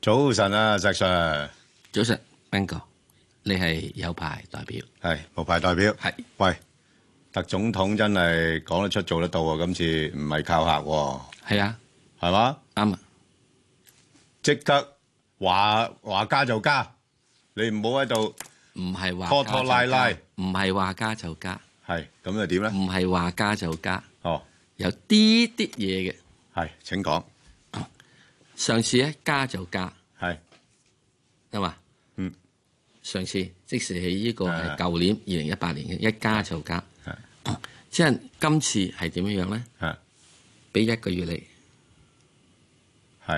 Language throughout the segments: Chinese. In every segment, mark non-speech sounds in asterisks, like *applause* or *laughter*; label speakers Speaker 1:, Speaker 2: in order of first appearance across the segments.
Speaker 1: 早晨啊，石 Sir，
Speaker 2: 早晨，Ben 哥，你係有牌代表，
Speaker 1: 係無牌代表。
Speaker 2: 係
Speaker 1: 喂，特總統真係講得出做得到啊！今次唔係靠客喎，
Speaker 2: 係啊，
Speaker 1: 係嘛？
Speaker 2: 啱啊，
Speaker 1: 即刻話話加就加，你唔好喺度
Speaker 2: 唔係話
Speaker 1: 拖
Speaker 2: 加
Speaker 1: 拖
Speaker 2: 就
Speaker 1: 拉
Speaker 2: 加
Speaker 1: 拉
Speaker 2: 唔係話加就加，
Speaker 1: 係咁又點咧？
Speaker 2: 唔係話加就加，
Speaker 1: 哦，
Speaker 2: 有啲啲嘢嘅。
Speaker 1: 係請講，
Speaker 2: 上次咧加就加，
Speaker 1: 係
Speaker 2: 係嘛？
Speaker 1: 嗯，啊
Speaker 2: 上次即使喺呢個
Speaker 1: 係
Speaker 2: 係舊年二零一八年嘅一加就加
Speaker 1: 係，
Speaker 2: 即係今次係點樣樣咧？
Speaker 1: 係
Speaker 2: 俾一個月你，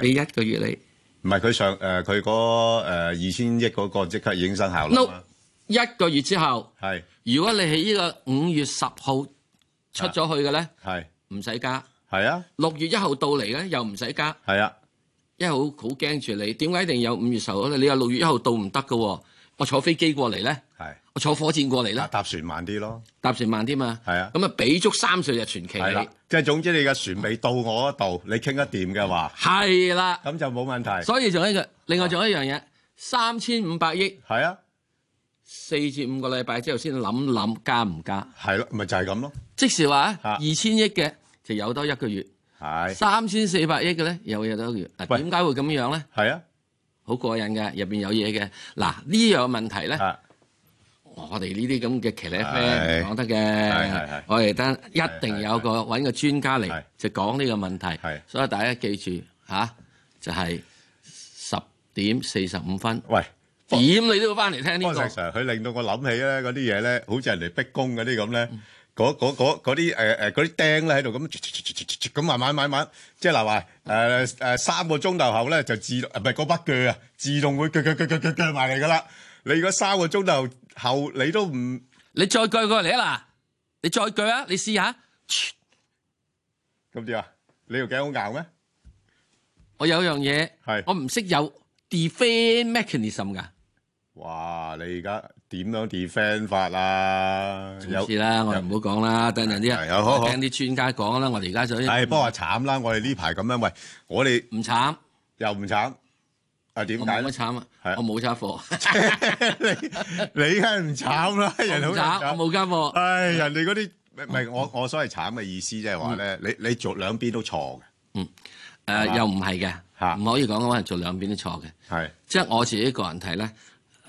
Speaker 2: 俾
Speaker 1: 係，
Speaker 2: 一個月你。
Speaker 1: 唔係佢上誒佢嗰誒二千億嗰個即刻已經生效啦
Speaker 2: no
Speaker 1: 嘛，
Speaker 2: 一個月之後，
Speaker 1: 係
Speaker 2: 如果你喺呢個五月十號出咗去嘅咧，
Speaker 1: 係
Speaker 2: 唔使加；
Speaker 1: 係啊
Speaker 2: 六月一號到嚟咧，又唔使加。
Speaker 1: 係啊
Speaker 2: 因為好好驚住你，點解一定有五月十號咧？你話六月一號到唔得嘅喎，我坐飛機過嚟咧，
Speaker 1: 係，
Speaker 2: 我坐火箭過嚟
Speaker 1: 嗱
Speaker 2: 咧，
Speaker 1: 搭船慢啲咯。
Speaker 2: 搭船慢啲嘛。
Speaker 1: 係啊
Speaker 2: 咁啊俾足三歲就傳期
Speaker 1: 係啦
Speaker 2: 你。，
Speaker 1: 即係總之你嘅船未到我嗰度，你傾得掂嘅話，
Speaker 2: 係啦，
Speaker 1: 咁就冇問題。
Speaker 2: 所以仲有一個，另外仲有一樣嘢，
Speaker 1: 啊
Speaker 2: 三千五百億，
Speaker 1: 係啊，
Speaker 2: 四至五個禮拜之後先諗諗加唔加。
Speaker 1: 係咯，咪就係咁咯。
Speaker 2: 即是話
Speaker 1: 啊
Speaker 2: 二千億嘅就有多一個月，
Speaker 1: 係
Speaker 2: 三千四百億嘅咧又有多一個月。啊
Speaker 1: 喂
Speaker 2: 點解會咁樣咧？
Speaker 1: 係啊，
Speaker 2: 好過癮嘅，入邊有嘢嘅。嗱呢樣問題咧。
Speaker 1: 啊
Speaker 2: 我哋呢啲咁嘅騎呢
Speaker 1: 係
Speaker 2: friend 講得
Speaker 1: 係係係
Speaker 2: 嘅，我哋得一定有個揾個專家
Speaker 1: 係
Speaker 2: 嚟就講呢個問
Speaker 1: 係
Speaker 2: 題，所以大家記住嚇、就係十點四十五分
Speaker 1: 喂，
Speaker 2: 點你都要翻嚟聽
Speaker 1: 方
Speaker 2: 呢、
Speaker 1: 石
Speaker 2: 個。
Speaker 1: Sir，佢令到我諗起咧嗰啲嘢咧，好似人哋逼供嗰啲咁咧，嗰嗰嗰嗰啲誒誒嗰啲釘咧喺度咁咁慢慢慢慢，即係嗱話誒誒三個鐘頭後咧就自動唔係嗰把鋸啊，自動會鋸鋸鋸鋸鋸鋸埋嚟噶啦。你如果三個鐘頭後你都唔
Speaker 2: 你再鋸過嚟啊嗱，你再鋸啊，你試下，
Speaker 1: 咁點啊？你條頸好硬咩？
Speaker 2: 我有樣
Speaker 1: 係
Speaker 2: 嘢，我唔識有 defend mechanism 㗎。
Speaker 1: 哇！你而家點樣 defend 法啊？
Speaker 2: 總之啦，我哋唔好講啦，等陣啲
Speaker 1: 係好好好
Speaker 2: 人聽啲專家講啦。我哋而家就
Speaker 1: 唉，不過話慘啦！我哋呢排咁樣，喂，我哋
Speaker 2: 唔慘，
Speaker 1: 又唔慘啊？點
Speaker 2: 我
Speaker 1: 解
Speaker 2: 冇
Speaker 1: 咧
Speaker 2: 乜？慘啊
Speaker 1: 係啊，
Speaker 2: 我
Speaker 1: *laughs*
Speaker 2: 冇揸貨，
Speaker 1: 你你梗係唔慘啦，人哋
Speaker 2: 唔
Speaker 1: 好
Speaker 2: 揸，
Speaker 1: 慘。
Speaker 2: 我冇嗯揸貨。
Speaker 1: 唉，人哋嗰啲唔係我我所謂慘嘅意思，即係話咧，
Speaker 2: 嗯
Speaker 1: 你你做兩邊都錯嘅，
Speaker 2: 誒、又唔係嘅，
Speaker 1: 啊嚇
Speaker 2: 唔可以講我係做兩邊都錯嘅。
Speaker 1: 係
Speaker 2: 即係我自己個人睇咧，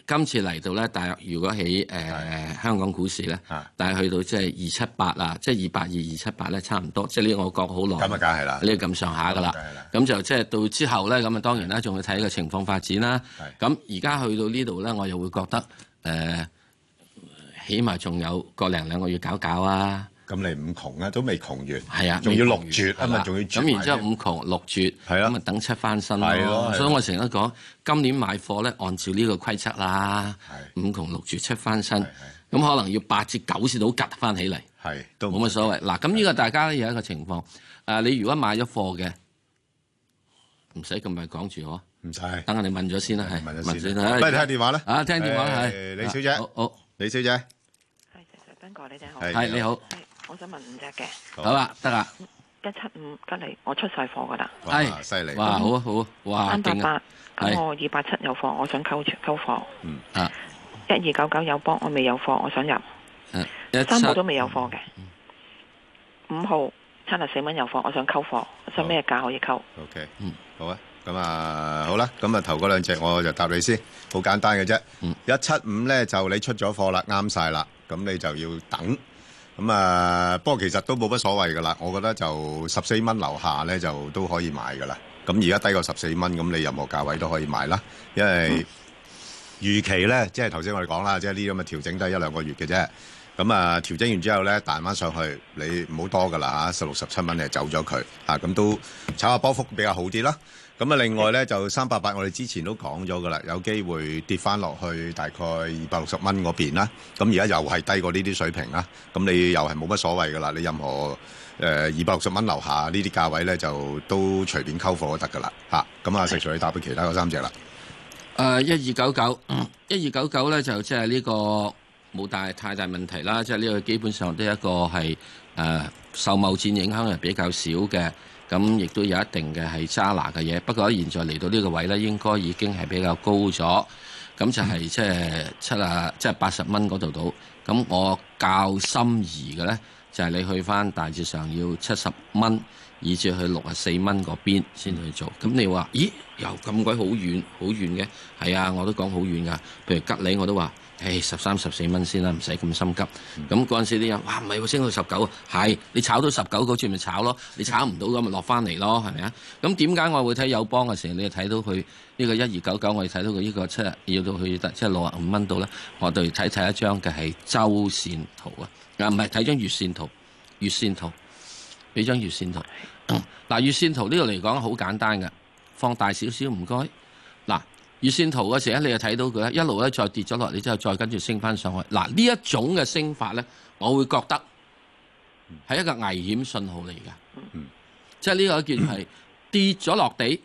Speaker 2: 今次嚟到咧，大約如果喺誒、香港股市咧
Speaker 1: 嚇，
Speaker 2: 但係去到即係二七八啊，即係二八二二七八咧，差唔多。即係呢個我覺好耐。
Speaker 1: 咁啊梗係啦
Speaker 2: 呢個咁上下噶啦
Speaker 1: 梗係啦。
Speaker 2: 咁就即係到之後咧，咁啊當然啦，仲要睇個情況發展啦。
Speaker 1: 係
Speaker 2: 咁而家去到呢度咧，我又會覺得誒、起碼仲有個零兩個月搞搞啊。
Speaker 1: 咁你唔窮啊，都未窮完，
Speaker 2: 係啊，
Speaker 1: 仲要
Speaker 2: 未
Speaker 1: 六
Speaker 2: 窮完
Speaker 1: 絕啊
Speaker 2: 係
Speaker 1: 嘛，
Speaker 2: 啦
Speaker 1: 仲要絕
Speaker 2: 咁然之
Speaker 1: 埋
Speaker 2: 後五窮六絕，
Speaker 1: 係啊
Speaker 2: 咁啊等七翻身
Speaker 1: 係咯係
Speaker 2: 咯。
Speaker 1: 咯
Speaker 2: 所以我成日都講，今年買貨咧，按照呢個規則啦，
Speaker 1: 係
Speaker 2: 五窮六絕七翻身，
Speaker 1: 係
Speaker 2: 咁可能要八至九先到趌翻起嚟，
Speaker 1: 係都
Speaker 2: 冇乜所謂。嗱，咁呢個大家咧有一個情況，誒，你如果買咗貨嘅，唔使咁快講住我，
Speaker 1: 唔使。
Speaker 2: 等下你問咗先啦，係
Speaker 1: 問
Speaker 2: 問
Speaker 1: 咗先
Speaker 2: 先
Speaker 1: 啦，
Speaker 2: 啦。
Speaker 1: 不如聽下電話啦。
Speaker 2: 啊，聽電話啦係啊
Speaker 1: 誒李小姐
Speaker 2: 好好，
Speaker 1: 李小姐，
Speaker 3: 係石 Sir Ben 哥，你哋好。
Speaker 1: 係
Speaker 2: 係你好，
Speaker 3: 係我想問五隻嘅
Speaker 1: 好
Speaker 2: 好啦，得啦，
Speaker 3: 一七五吉利，我出晒貨㗎啦，
Speaker 1: 哇，犀利，
Speaker 2: 哇，好啊，好啊，哇，
Speaker 3: 三八
Speaker 2: 勁啊，
Speaker 3: 八，咁
Speaker 2: 係
Speaker 3: 我二八七有貨，我想溝出溝貨，
Speaker 2: 啊，
Speaker 3: 一二九九有幫，我未有貨，我想入，
Speaker 2: 誒
Speaker 3: 三號
Speaker 2: 啊一
Speaker 3: 都未有貨嘅，
Speaker 1: 嗯
Speaker 3: 五號七十四蚊有貨，我想溝貨，我想咩價可以溝？
Speaker 1: OK，
Speaker 2: 嗯。
Speaker 1: 好啊，咁啊，好啦，咁啊，頭嗰兩隻我就答你先，好簡單嘅啫。
Speaker 2: 嗯。
Speaker 1: 175呢，就你出咗貨啦，啱晒啦，咁你就要等。咁啊，不過其實都冇乜所謂㗎啦，我覺得就14蚊樓下呢，就都可以買㗎啦。咁而家低過14蚊，咁你任何價位都可以買啦，因為
Speaker 2: 嗯
Speaker 1: 預期呢，即係頭先我哋講啦，即係呢啲咁嘅調整都係一兩個月嘅啫。咁啊，調整完之後呢，彈返上去，你唔好多㗎啦，嚇，16 17蚊你就走咗佢，啊，咁都炒下波幅比較好啲啦。咁啊，另外呢，就388我哋之前都講咗㗎啦，有機會跌返落去大概260蚊嗰邊啦。咁而家又係低過呢啲水平啦，咁你又係冇乜所謂㗎啦，你任何呃誒260蚊樓下呢啲價位呢，就都隨便溝貨都得㗎啦，嚇。咁啊，石Sir，你答佢其他嗰三隻啦。
Speaker 2: 誒呃一二九九，嗯一二九九咧就即係呢個冇大太大問題啦，即係呢個基本上都係一個係誒、呃受貿戰影響係比較少嘅咁亦都有一定嘅係揸拿嘅嘢。不過現在嚟到呢個位咧，應該已經係比較高咗，咁就係即係七啊，即係八十蚊嗰度到。咁我較心儀嘅咧，就係、你去翻大致上要七十蚊，以至去六啊四蚊嗰邊先去做。咁你話，咦，又咁鬼好遠，好遠嘅？係啊，我都講好遠噶。譬如吉利我都話。誒十三十四蚊先啦，唔使咁心急。咁嗰陣時啲人，哇唔係喎，升到十九啊，係你炒到十九嗰轉咪炒咯，你炒唔到咁咪落翻嚟咯，係咪啊？咁點解我會睇友邦嘅時候，你就睇到佢呢個一二九九，我哋睇到佢呢個七日要到去得即係六啊五蚊度咧，我哋睇睇一張嘅係周線圖啊，啊唔係睇張月線圖，月線圖俾張月線圖。嗱月線圖呢度嚟講好簡單嘅，放大少少唔該。嗱，月線圖嘅時候咧，你就睇到佢一路咧再跌咗落嚟之後，再跟住升翻上去。嗱，呢一種嘅升法咧，我會覺得係一個危險信號嚟㗎。
Speaker 1: 嗯，
Speaker 2: 即係呢個
Speaker 1: *coughs*
Speaker 2: 叫係跌咗落地，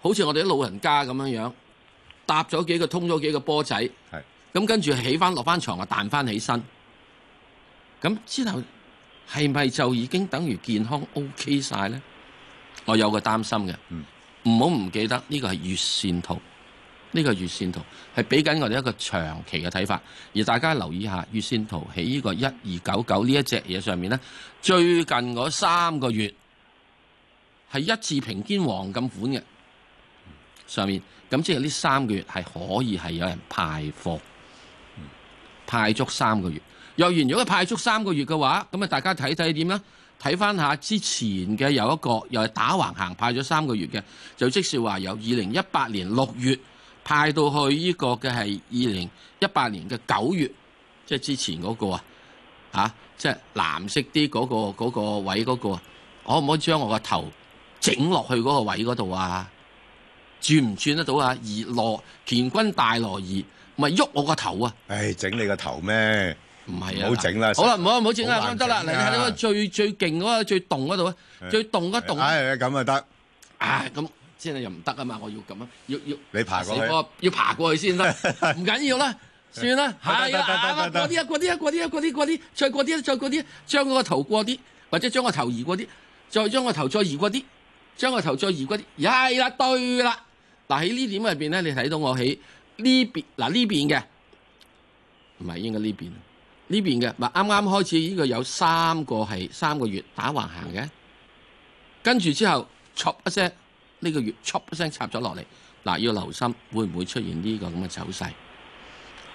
Speaker 2: 好似我哋啲老人家咁樣樣，搭咗幾個通咗幾個波仔，
Speaker 1: 係
Speaker 2: 咁跟住起翻落翻床啊，彈翻起身。咁之後係咪就已經等於健康 OK 晒咧？我有個擔心嘅。
Speaker 1: 嗯
Speaker 2: 唔好唔記得呢個係月線圖，呢、個係月線圖係俾緊我哋一個長期嘅睇法。而大家留意下月線圖喺呢個一二九九呢一隻嘢上面呢，最近嗰三個月係一字平肩黃咁款嘅上面，咁即係呢三個月係可以係有人派貨，派足三個月。若然如果派足三個月嘅話，咁啊大家睇睇點呢？睇翻下之前嘅有一個又係打橫行派咗三個月嘅，就即是話由二零一八年六月派到去呢個嘅係二零一八年嘅九月，即係之前嗰個啊，嚇，即係藍色啲嗰、個嗰、個位嗰、個啊，可唔可以將我個頭整落去嗰個位嗰度啊？轉唔轉得到啊？而羅乾坤大挪移咪喐我個頭啊！
Speaker 1: 唉，整你個頭咩？
Speaker 2: 唔係啊，
Speaker 1: 唔好整啦
Speaker 2: 好啦，唔好唔好整
Speaker 1: 好
Speaker 2: 啦，
Speaker 1: 難
Speaker 2: 得啦，嚟
Speaker 1: 整
Speaker 2: 睇
Speaker 1: 啊
Speaker 2: 下呢個最最勁嗰個最動嗰度啊，最動嗰動啊
Speaker 1: 唉，咁啊得，
Speaker 2: 唉，咁即係又唔得啊嘛！我要咁啊，要要
Speaker 1: 你爬過去
Speaker 2: 死火要爬過去先
Speaker 1: *laughs*
Speaker 2: 得，唔緊要啦，算啦，
Speaker 1: 得
Speaker 2: 係
Speaker 1: 得
Speaker 2: 啊，啱
Speaker 1: 得
Speaker 2: 啊，
Speaker 1: 得
Speaker 2: 過啲啊，過啲啊，過啲啊，過啲過啲，再過啲啊，再過啲，將嗰個頭過啲，或者將個頭移過啲，再將個頭再移過啲，將個頭再移過啲，係啦，對啦，嗱喺呢點入邊咧，你睇到我喺呢邊嗱呢邊嘅，唔係應該呢邊啊呢邊嘅，咪啱啱開始呢個有三個係三個月打橫行嘅。跟住之後，戳一聲，呢、個月戳一聲插咗落嚟。嗱，要留心會唔會出現呢個咁嘅走勢？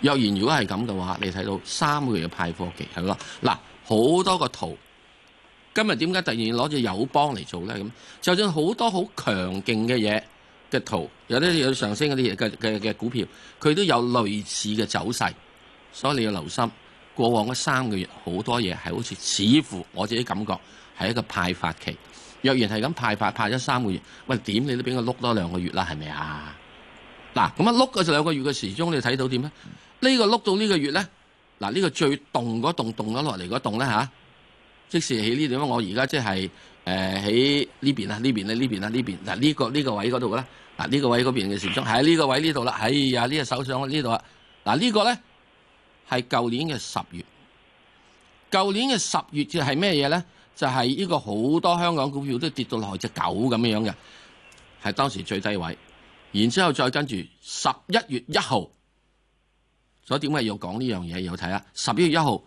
Speaker 2: 若然如果係咁嘅話，你睇到三個月嘅派貨期係咯。嗱，好多個圖，今日點解突然攞住友邦嚟做呢？咁就算好多好強勁嘅嘢嘅圖，有啲有上升嗰啲嘢嘅嘅嘅股票，佢都有類似嘅走勢，所以你要留心。過往嗰三個月好多嘢係好似似乎我自己感覺係一個派發期。若然係咁派發派咗三個月，喂點你都俾我碌多兩個月啦，係咪啊？嗱，咁啊碌嗰就兩個月嘅時鐘，你睇到點咧？呢、個碌到呢個月咧，嗱、呢個最動嗰棟動咗落嚟嗰棟咧吓，即使喺呢點我而家即係誒喺呢邊啊，呢邊咧，呢邊啦，呢邊嗱呢個呢、個位嗰度啦，嗱、呢個位嗰邊嘅時鐘喺呢個位呢度啦，哎呀呢、個手上呢度啊，嗱、呢個咧係舊年嘅十月。舊年嘅十月就係咩嘢呢？就係、呢個好多香港股票都跌到落去只狗咁樣嘅，係當時最低位。然之後再跟住十一月一號，所以點解要講呢樣嘢？要睇下十一月一號，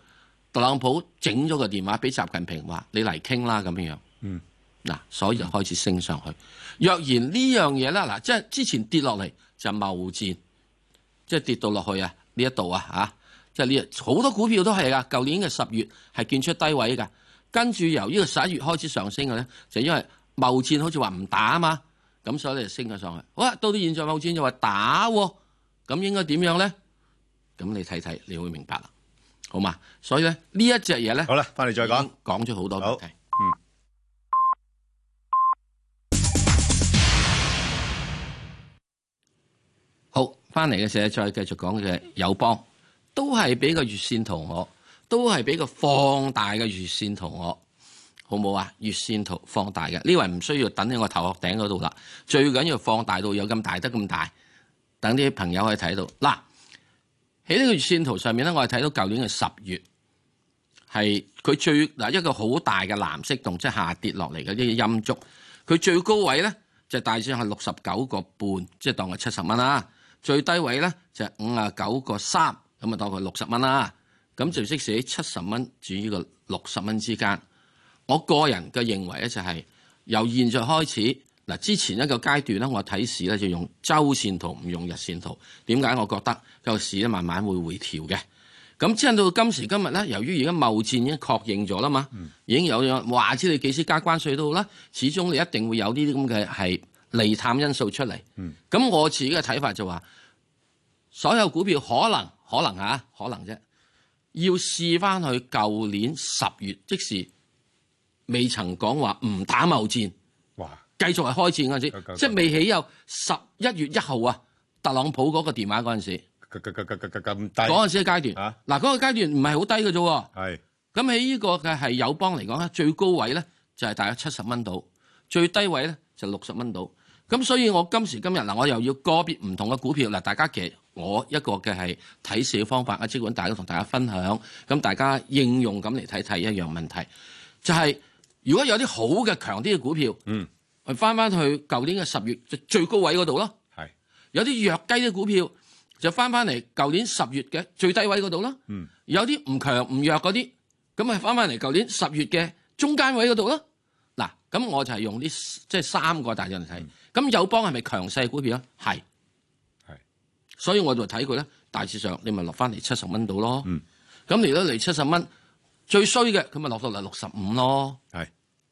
Speaker 2: 特朗普整咗個電話俾習近平話：你嚟傾啦咁樣樣。
Speaker 1: 嗯，
Speaker 2: 嗱，所以就開始升上去。若然呢樣嘢呢，嗱，即係之前跌落嚟就係貿戰。即係跌到落去啊呢一度啊嚇，即係呢好多股票都係噶，舊年嘅十月係見出低位㗎，跟住由呢個十一月開始上升嘅咧，就因為貿戰好似話唔打啊嘛，咁所以咧就升咗上去。好啦，到到現在貿戰就話打喎、咁應該點樣咧？咁你睇睇，你會明白啦，好嘛？所以咧呢一隻嘢咧，
Speaker 1: 好啦，翻嚟再講。，
Speaker 2: 講咗好嗯多
Speaker 1: 好
Speaker 2: 問題。好，翻嚟嘅時候再繼續講嘅友邦，都係俾個月線圖我，都係俾個放大嘅月線圖我，好冇啊？月線圖放大嘅呢位唔需要等喺我頭殼頂嗰度啦，最緊要放大到有咁大得咁大，等啲朋友可以睇到。嗱，喺呢個月線圖上面咧，我係睇到舊年嘅十月。係佢最嗱一個好大嘅藍色洞，即係下跌落嚟嘅呢個陰燭。佢最高位咧就大致係六十九個半，即係當係七十蚊啦。最低位咧就五啊九個三，咁啊當佢六十蚊啦。咁就即使七十蚊至呢個六十蚊之間。我個人嘅認為咧就係、由現在開始嗱，之前一個階段咧，我睇市咧就用周線圖唔用日線圖。點解？我覺得個市咧慢慢會回調嘅。咁之後到今時今日咧，由於而家貿戰已經確認咗啦嘛，已經有咗話知你幾時加關税都好啦，始終你一定會有呢啲咁嘅係利淡因素出嚟。咁、我自己嘅睇法就話、所有股票可能可能嚇、可能啫，要試翻去舊年十月，即是未曾講話唔打貿戰。
Speaker 1: 哇！
Speaker 2: 啊繼續係開戰嗰陣時
Speaker 1: 夠夠，
Speaker 2: 即係未起有十一月一號啊，特朗普嗰個電話嗰陣時，
Speaker 1: 咁咁咁咁咁咁
Speaker 2: 嗰陣時嘅階段
Speaker 1: 啊，
Speaker 2: 嗱嗰個階段唔係好低嘅啫喎。
Speaker 1: 低，
Speaker 2: 咁喺呢個嘅係友邦嚟講咧，最高位咧就係大約七十蚊度，最低位咧就六十蚊度。咁所以我今時今日嗱，我又要個別唔同嘅股票嗱，大家其實我一個嘅係睇市嘅方法啊，即管大家同大家分享，咁大家應用咁嚟睇睇一樣問題，就係、如果有啲好嘅強啲嘅股票，
Speaker 1: 嗯，
Speaker 2: 翻翻去舊年嘅十月最最高位嗰度咯，
Speaker 1: 係
Speaker 2: 有啲弱雞啲股票就翻翻嚟舊年十月嘅最低位嗰度啦。
Speaker 1: 嗯，
Speaker 2: 有啲唔強唔弱嗰啲，咁咪翻翻嚟舊年十月嘅中間位嗰度咯。嗱，咁我就係用呢即係三個大樣嚟
Speaker 1: 嗯
Speaker 2: 睇。咁友邦係咪強勢股票啊？係，
Speaker 1: 係，
Speaker 2: 所以我就睇佢咧，大致上你咪落翻嚟七十蚊度咯。
Speaker 1: 嗯，
Speaker 2: 咁嚟到嚟七十蚊，最衰嘅佢咪落到嚟六十五咯。
Speaker 1: 係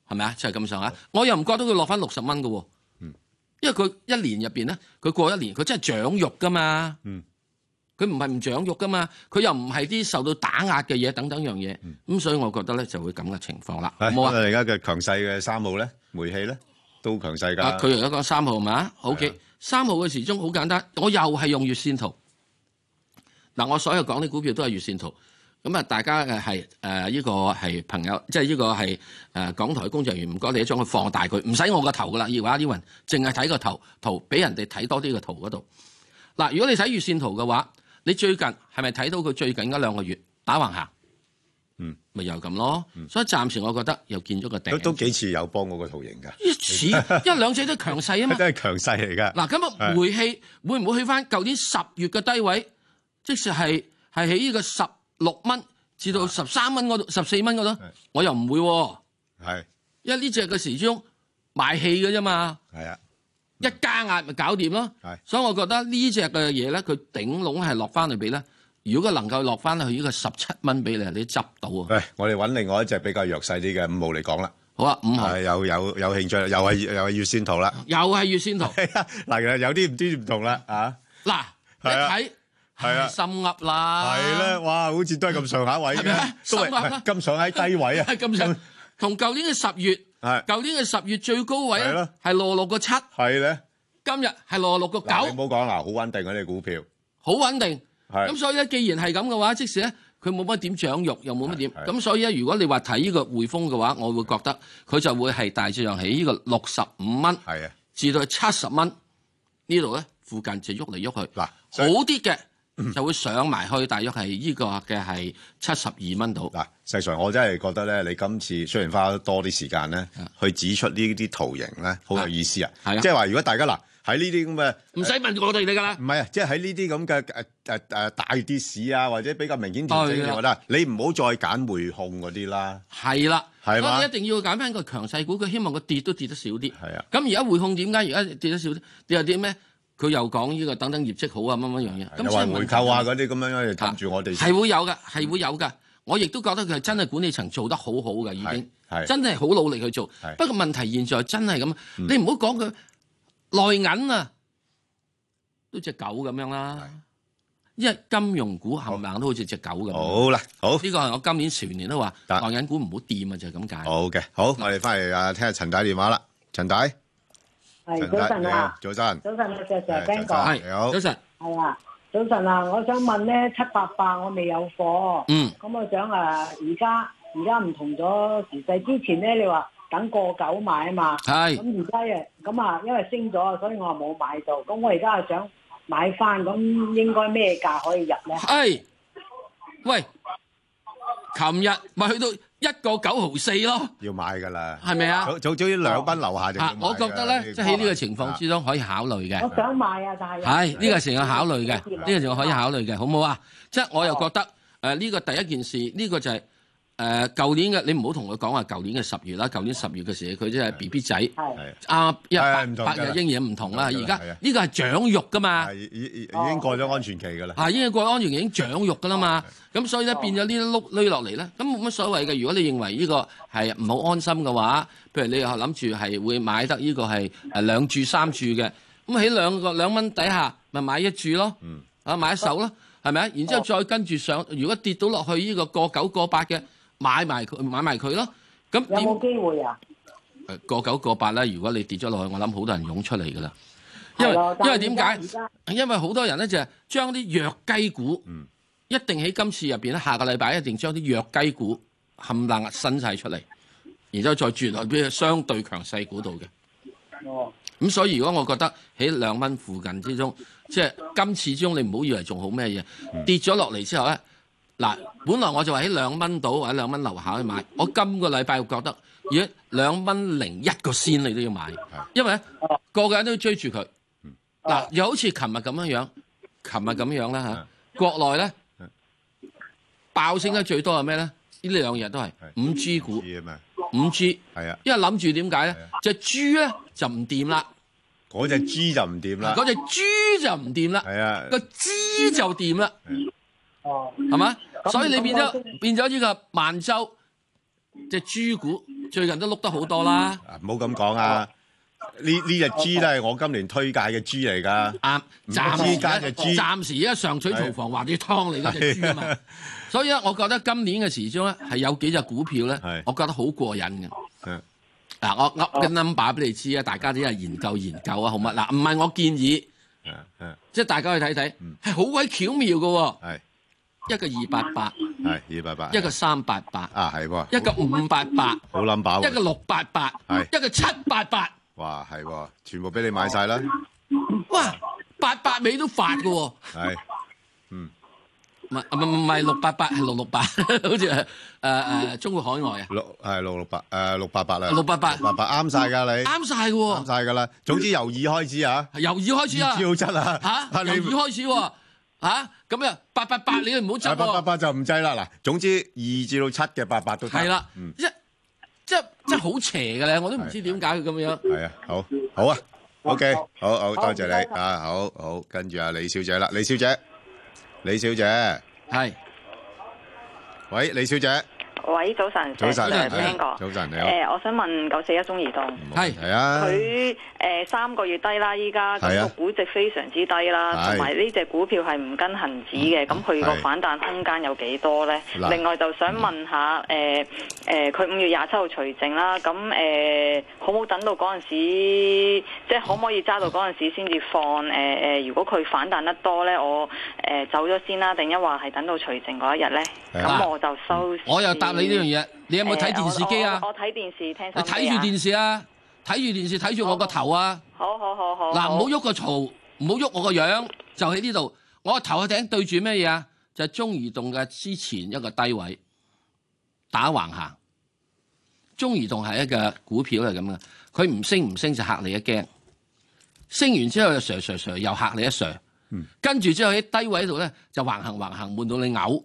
Speaker 2: 係咪啊？就係咁上下。我又唔覺得佢落翻六十蚊嘅喎，
Speaker 1: 嗯
Speaker 2: 因為佢一年入邊咧，佢過一年佢真係長肉噶嘛，
Speaker 1: 嗯
Speaker 2: 佢唔係唔長肉噶嘛，佢又唔係啲受到打壓嘅嘢等等樣嘢，咁、所以我覺得咧就會咁嘅情況啦，好
Speaker 1: 嗯係。
Speaker 2: 冇啊？
Speaker 1: 我哋而家嘅強勢嘅三號咧，煤氣咧，都強勢㗎。
Speaker 2: 啊，佢而家講三號嘛
Speaker 1: 係啊
Speaker 2: ？OK，三號嘅時鐘好簡單，我又係用月線圖。嗱，我所有講啲股票都係月線圖。咁啊，大家誒係誒呢個係朋友，即係呢個係誒、呃港台工作人員，唔該你將佢放大佢，唔使我個頭噶啦，而家啲雲淨係睇個頭圖，俾人哋睇多啲個圖嗰度。嗱，如果你睇月線圖嘅話，你最近係咪睇到佢最近嗰兩個月打橫行？
Speaker 1: 嗯，
Speaker 2: 咪又咁咯。所以暫時我覺得又見咗個頂
Speaker 1: 都-。都幾似有幫我個圖形㗎。
Speaker 2: 一似，因為兩者都強勢啊嘛。
Speaker 1: 都係強勢嚟㗎。
Speaker 2: 嗱，咁啊，
Speaker 1: 係
Speaker 2: 煤氣會唔會去翻舊年十月嘅低位？即使係係喺呢個十六蚊至到十三蚊嗰度、十四蚊嗰度
Speaker 1: 係，
Speaker 2: 我又唔會喎，因為呢只嘅時鐘賣氣嘅啫嘛，一加壓咪搞掂咯
Speaker 1: 係。
Speaker 2: 所以我覺得呢只嘅嘢咧，佢頂籠係落翻嚟俾咧。如果佢能夠落翻去呢個十七蚊俾你，你執到啊！
Speaker 1: 係啊。喂，我哋搵另外一隻比較弱勢啲嘅，五號嚟講啦。
Speaker 2: 好啊，五號
Speaker 1: 係，有-有-有興趣啦，又係-又係月線圖啦。 *laughs*
Speaker 2: 又係月線圖
Speaker 1: 嗱，有啲唔知唔同啦，啊。
Speaker 2: 嗱，一
Speaker 1: 係啊
Speaker 2: 睇
Speaker 1: 係啊
Speaker 2: 唉心噏啦， *laughs*
Speaker 1: 係咧，哇，好似都係咁上下位嘅，
Speaker 2: 係咪啊？
Speaker 1: 都係-
Speaker 2: 心諗啦。
Speaker 1: 咁上喺低位啊。
Speaker 2: 係 *laughs* 咁上同舊年嘅十月。舊年嘅十月最高位
Speaker 1: 係
Speaker 2: 咧
Speaker 1: 咯
Speaker 2: 係落六個七，
Speaker 1: 係，係咧。嗱，
Speaker 2: 今日係落六個九，
Speaker 1: 你唔好講啦，好穩定啊，呢啲股票。係，
Speaker 2: 好穩定。咁所以咧，既然係咁嘅話，即使咧佢冇乜點長肉，又冇乜點，
Speaker 1: 係係
Speaker 2: 咁所以咧，如果你話睇呢個匯豐嘅話，我會覺得佢就會係大致上喺呢個六十五蚊至到七十蚊呢度咧附近就喐嚟喐去。好
Speaker 1: 係啊。嗱，所以嗯
Speaker 2: 啲嘅就會上埋去，大約係呢個嘅係七十二蚊度。
Speaker 1: 嗱，石 Sir，我真係覺得咧，你今次雖然花多啲時間咧，去指出呢啲圖形咧，好有意思啊！
Speaker 2: 啊係啊
Speaker 1: 即係話如果大家嗱喺呢啲咁嘅，
Speaker 2: 唔使問我哋你㗎啦
Speaker 1: 唔，係啊，即係喺呢啲咁嘅誒誒誒大跌市啊，或者比較明顯調整
Speaker 2: 對
Speaker 1: 嘅
Speaker 2: 啦
Speaker 1: 話啦，你唔好再揀匯控嗰啲啦，
Speaker 2: 係啦，所
Speaker 1: 係嘛
Speaker 2: 以你一定要揀翻個強勢股，佢希望佢跌都跌得少啲。
Speaker 1: 係啊，
Speaker 2: 咁而家匯控點解而家跌咗少啲？跌有啲咩？佢又講呢個等等業績好啊，乜乜樣嘢。
Speaker 1: 又
Speaker 2: 咁
Speaker 1: 話
Speaker 2: 所以
Speaker 1: 回
Speaker 2: 問題
Speaker 1: 購啊嗰啲咁樣樣，氹住我哋
Speaker 2: 係會有嘅，係會有嘅。我亦都覺得佢係真係管理層做得好好嘅，已經
Speaker 1: 係係
Speaker 2: 真係好努力去做
Speaker 1: 係。嗯
Speaker 2: 不過問題現在真係咁，啊你唔好講佢內銀啊，都只狗咁樣啦。因為金融股冚唪唥都好似只狗咁。
Speaker 1: 好啦，好
Speaker 2: 呢個係我今年全年都話
Speaker 1: 得
Speaker 2: 內銀股唔好掂啊，就係咁解。
Speaker 1: 好嘅，好，我哋翻嚟啊，聽下陳太電話啦，陳太，
Speaker 4: 系
Speaker 1: 陳
Speaker 4: 早
Speaker 1: 太，
Speaker 4: 晨
Speaker 1: 你好
Speaker 4: 啊，，
Speaker 1: 早晨，
Speaker 4: 早晨啊，石 Sir
Speaker 1: 係
Speaker 4: Ben 哥，
Speaker 1: 早晨
Speaker 2: 係
Speaker 1: 你好
Speaker 2: 哎早晨，
Speaker 4: 系啊，早晨啊，我想問咧七八八我未有貨，
Speaker 2: 嗯，
Speaker 4: 咁我想啊，而家而家唔同咗時勢，之前咧你話等過九買啊嘛，
Speaker 2: 係
Speaker 4: 咁而家嘅咁啊，因為升咗，所以我冇買到，咁我而家係想買翻，咁應該咩價可以入咧？
Speaker 2: 哎係，喂，琴日咪去到一個九毫四咯，
Speaker 1: 要買㗎啦。
Speaker 2: 係咪啊？
Speaker 1: 早早早啲兩蚊樓下就要
Speaker 2: 啊，
Speaker 1: 買㗎
Speaker 2: 我覺得咧，即係喺呢個情況之中可以考慮嘅。
Speaker 4: 我想買啊，但係
Speaker 2: 係呢個成日考慮嘅，呢個成日可以考慮嘅，好唔好啊？即係我又覺得誒呢個第一件事，呢個就係誒舊年嘅，你唔好同佢講話舊年嘅十月啦，舊年十月嘅時佢即係 B B 仔
Speaker 4: 係
Speaker 1: 係
Speaker 2: 啊，因為
Speaker 1: 啊係唔同
Speaker 2: 百百
Speaker 1: 㗎
Speaker 2: 日嬰兒唔同啦，
Speaker 1: 唔同
Speaker 2: 而
Speaker 1: 㗎
Speaker 2: 家
Speaker 1: 係啊
Speaker 2: 呢個係長肉噶嘛
Speaker 1: 係。已已已經過咗安全期㗎啦。
Speaker 2: 啊，因為國安員已經長肉噶啦嘛，咁所以咧變咗呢啲碌攞落嚟咧，咁冇乜所謂嘅。如果你認為呢個係唔好安心嘅話，譬如你又諗住係會買得呢個係誒兩注三注嘅，咁喺兩個兩蚊底下咪買一注咯，啊買一手咯，係咪啊？然之後再跟住上，如果跌到落去呢個過九過八嘅，買埋佢買埋佢咯。咁
Speaker 4: 有
Speaker 2: 點
Speaker 4: 冇機會啊？
Speaker 2: 誒過九過八啦？如果你跌咗落去，我諗好多人湧出嚟噶啦，因為因
Speaker 4: 係咯但
Speaker 2: 為
Speaker 4: 係
Speaker 2: 點
Speaker 4: 而
Speaker 2: 解
Speaker 4: 家？
Speaker 2: 因為好多人咧就係將啲弱雞股，
Speaker 1: 嗯
Speaker 2: 一定喺今次入邊咧，下個禮拜一定將啲弱雞股冚唪唥伸晒出嚟，然之後再轉去啲相對強勢股度嘅。
Speaker 4: 而家哦，
Speaker 2: 咁所以如果我覺得喺兩蚊附近之中，即係今次之中，你唔好以為仲好咩嘢，跌咗落嚟之後咧，嗱，本來我就話喺兩蚊到或者兩蚊樓下去買，我今個禮拜覺得，如果兩蚊零一個仙你都要買，因為咧個個人都追住佢。嗱，又好似琴日咁樣樣，琴日咁樣啦嚇，國內咧
Speaker 1: 嗯
Speaker 2: 爆升得最多係咩咧？呢兩日都係五 G 啊股，
Speaker 1: 知啊嘛，
Speaker 2: 五 G，
Speaker 1: 係啊，
Speaker 2: 因為諗住點解咧？只豬咧就唔掂啦。
Speaker 1: 嗰只豬就唔掂啦。
Speaker 2: 嗰只豬就唔掂啦，
Speaker 1: 係啊，
Speaker 2: 個枝就掂啦，
Speaker 4: 哦，
Speaker 2: 係嘛？
Speaker 4: 咁
Speaker 2: 所以你變
Speaker 4: 咁
Speaker 2: 咗變咗呢個萬洲只豬股最近都碌得好多啦，
Speaker 1: 啊唔好咁講啊。呢呢只豬咧，係我今年推介嘅豬嚟㗎。
Speaker 2: 啱
Speaker 1: 唔
Speaker 2: 暫時
Speaker 1: 知加隻豬
Speaker 2: 暫時而家上水屠房話啲湯你嗰只豬啊嘛，所以咧我覺得今年嘅時鐘咧係有幾隻股票咧
Speaker 1: 係，
Speaker 2: 我覺得好過癮嘅。
Speaker 1: 嗯
Speaker 2: 嗱，我噏個 number 俾你知啊，大家都係研究研究啊，好嘛？嗱，唔係我建議，
Speaker 1: 嗯嗯，
Speaker 2: 即係大家去睇睇
Speaker 1: 嗯，
Speaker 2: 係好鬼巧妙嘅
Speaker 1: 係
Speaker 2: 喎，一個二八八，
Speaker 1: 係二百八，
Speaker 2: 一個三八八。
Speaker 1: 啊係喎，
Speaker 2: 一個五八八，
Speaker 1: 好啊 number
Speaker 2: 一個
Speaker 1: 喎，
Speaker 2: 六八八，
Speaker 1: 係
Speaker 2: 一個七八八，
Speaker 1: 哇係喎，全部俾你買晒啦，
Speaker 2: 哇，八八尾都發嘅喎，
Speaker 1: 係
Speaker 2: 唔係唔係唔係六八八係六六八，好 *laughs* 似誒誒中國海外啊，
Speaker 1: 六係六六八誒六八八啦，
Speaker 2: 六八八
Speaker 1: 六八八啱晒㗎你，
Speaker 2: 啱晒嘅
Speaker 1: 啱
Speaker 2: 喎，
Speaker 1: 晒㗎啦，總之由二開始啊，
Speaker 2: 係由二開始啊
Speaker 1: 二，至好七啊，
Speaker 2: 嚇，
Speaker 1: 你嗯
Speaker 2: 由二開始喎，嚇，咁啊八八八你都唔好
Speaker 1: 八
Speaker 2: 執
Speaker 1: 八
Speaker 2: 喎，
Speaker 1: 八就唔制啦，嗱，總之二至到七嘅八八都得
Speaker 2: 係啦
Speaker 1: 嗯，
Speaker 2: 即即即好邪嘅咧，我都唔知點解佢咁樣。
Speaker 1: 係啊，好，好啊，OK，
Speaker 4: 好
Speaker 1: 好好，多謝
Speaker 4: 唔該
Speaker 1: 你
Speaker 4: 晒
Speaker 1: 啊，好好，跟住啊李小姐啦，李小姐，李小姐，
Speaker 2: 係
Speaker 1: 喂，李小姐，
Speaker 5: 喂，早晨，
Speaker 1: 早晨，
Speaker 5: 石 Sir，
Speaker 1: 係
Speaker 5: 聽過。
Speaker 1: 早晨你好，
Speaker 5: 誒，我想問九四一中移動，
Speaker 2: 係
Speaker 1: 係啊，
Speaker 5: 佢誒三個月低啦，依家
Speaker 1: 係
Speaker 5: 咁
Speaker 1: 啊
Speaker 5: 個估值非常之低啦，
Speaker 1: 係
Speaker 5: 同埋呢只股票係唔跟恒指
Speaker 2: 嗯
Speaker 5: 嘅，咁佢個
Speaker 1: 係
Speaker 5: 反彈空間有幾多呢？
Speaker 1: 嗱
Speaker 5: 另外就想問下誒誒，佢五月廿七號除淨啦，咁誒可冇等到嗰陣時，即係可唔可以揸到嗰陣時先至放？誒誒，如果佢反彈得多呢，我誒走咗先啦，定一話係等到除淨嗰一日呢？
Speaker 1: 係
Speaker 2: 啊
Speaker 5: 咁我就收。
Speaker 2: 我又答你呢樣嘢，你有冇睇電視機
Speaker 5: 誒
Speaker 2: 啊
Speaker 5: 我？我我睇電視聽
Speaker 2: 你
Speaker 5: 收
Speaker 2: 睇住電視啊，睇住電視睇住我個頭啊！
Speaker 5: 好好好好。
Speaker 2: 嗱，唔好喐個槽，唔好喐我個樣，就喺呢度。我個頭個頂對住咩嘢啊？就係、中移動嘅之前一個低位打橫行。中移動係一個股票係咁嘅，佢唔升唔升就嚇你一驚，升完之後就 s 瀉 s 又嚇你一 s 跟住之後喺低位度咧就橫行橫行，悶到你嘔。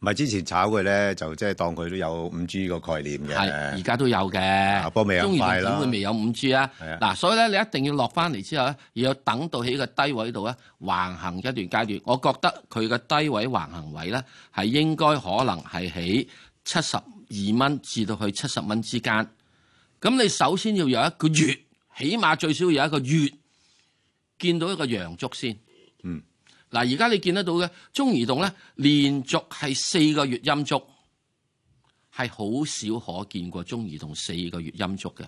Speaker 1: 唔係之前炒佢咧，就即係當佢都有五 G 個概念
Speaker 2: 係而
Speaker 1: 嘅。啊
Speaker 2: 家都有嘅，
Speaker 1: 不過未有
Speaker 2: 中移
Speaker 1: 咁
Speaker 2: 動
Speaker 1: 快啦
Speaker 2: 點會未有五 G 啊
Speaker 1: 係啊？
Speaker 2: 嗱，所以咧你一定要落翻嚟之後咧，要等到喺個低位度咧橫行一段階段。我覺得佢嘅低位橫行位咧係應該可能係喺七十二蚊至到去七十蚊之間。咁你首先要有一個月，起碼最少要有一個月見到一個陽燭先。
Speaker 1: 嗯，
Speaker 2: 嗱，而家你見得到嘅中移動咧，連續係四個月陰燭。係好少可見過中移動四個月陰燭嘅，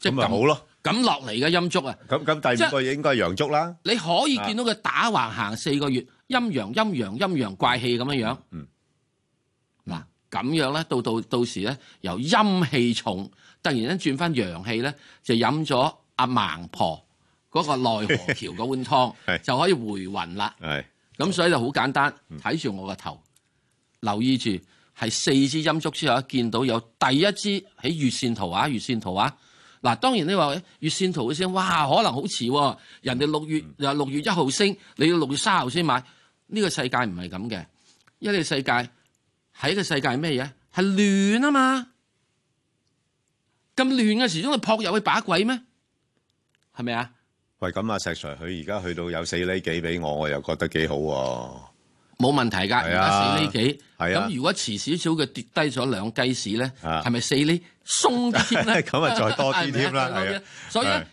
Speaker 1: 咁咪
Speaker 2: 咁
Speaker 1: 好咯。
Speaker 2: 咁落嚟嘅陰燭啊！
Speaker 1: 咁咁第五個應該係陽燭啦。
Speaker 2: 你可
Speaker 1: 啊
Speaker 2: 以見到佢打橫行四個月，陰陽陰陽陰陽怪氣咁樣樣。
Speaker 1: 嗯，
Speaker 2: 嗱咁樣咧，到到到時咧，由陰氣重突然間轉翻陽氣咧，就飲咗阿盲婆嗰個奈何橋嗰碗湯，
Speaker 1: *laughs* 係
Speaker 2: 就可以回魂啦。
Speaker 1: 係嗯
Speaker 2: 咁所以就好簡單，睇住我個頭，留意住係四支陰燭之後，啊見到有第一支喺月線圖啊，月線圖啊。嗱，當然你話誒月線圖嘅先，哇，可能好遲喎、人哋六月又
Speaker 1: 嗯
Speaker 2: 六月一號升，你要六月三號先買。呢、個世界唔係咁嘅，因為呢個世界喺個世界係咩嘢？係亂啊嘛！咁亂嘅時鐘，你撲入去把鬼咩？係咪啊？
Speaker 1: 喂，咁啊，石 Sir 佢而家去到有四厘幾俾我，我又覺得幾好喎。
Speaker 2: 冇問題㗎，而
Speaker 1: 係
Speaker 2: 家
Speaker 1: 啊
Speaker 2: 四厘幾。
Speaker 1: 係啊
Speaker 2: 咁如果遲少少嘅跌低咗兩雞市咧，
Speaker 1: 啊
Speaker 2: 係咪四厘鬆啲添咧？
Speaker 1: *laughs* 咁啊再多啲添啦
Speaker 2: *laughs* 係咪啊再多
Speaker 1: 係
Speaker 2: 啲
Speaker 1: 啊
Speaker 2: 所以
Speaker 1: 係
Speaker 2: 咧，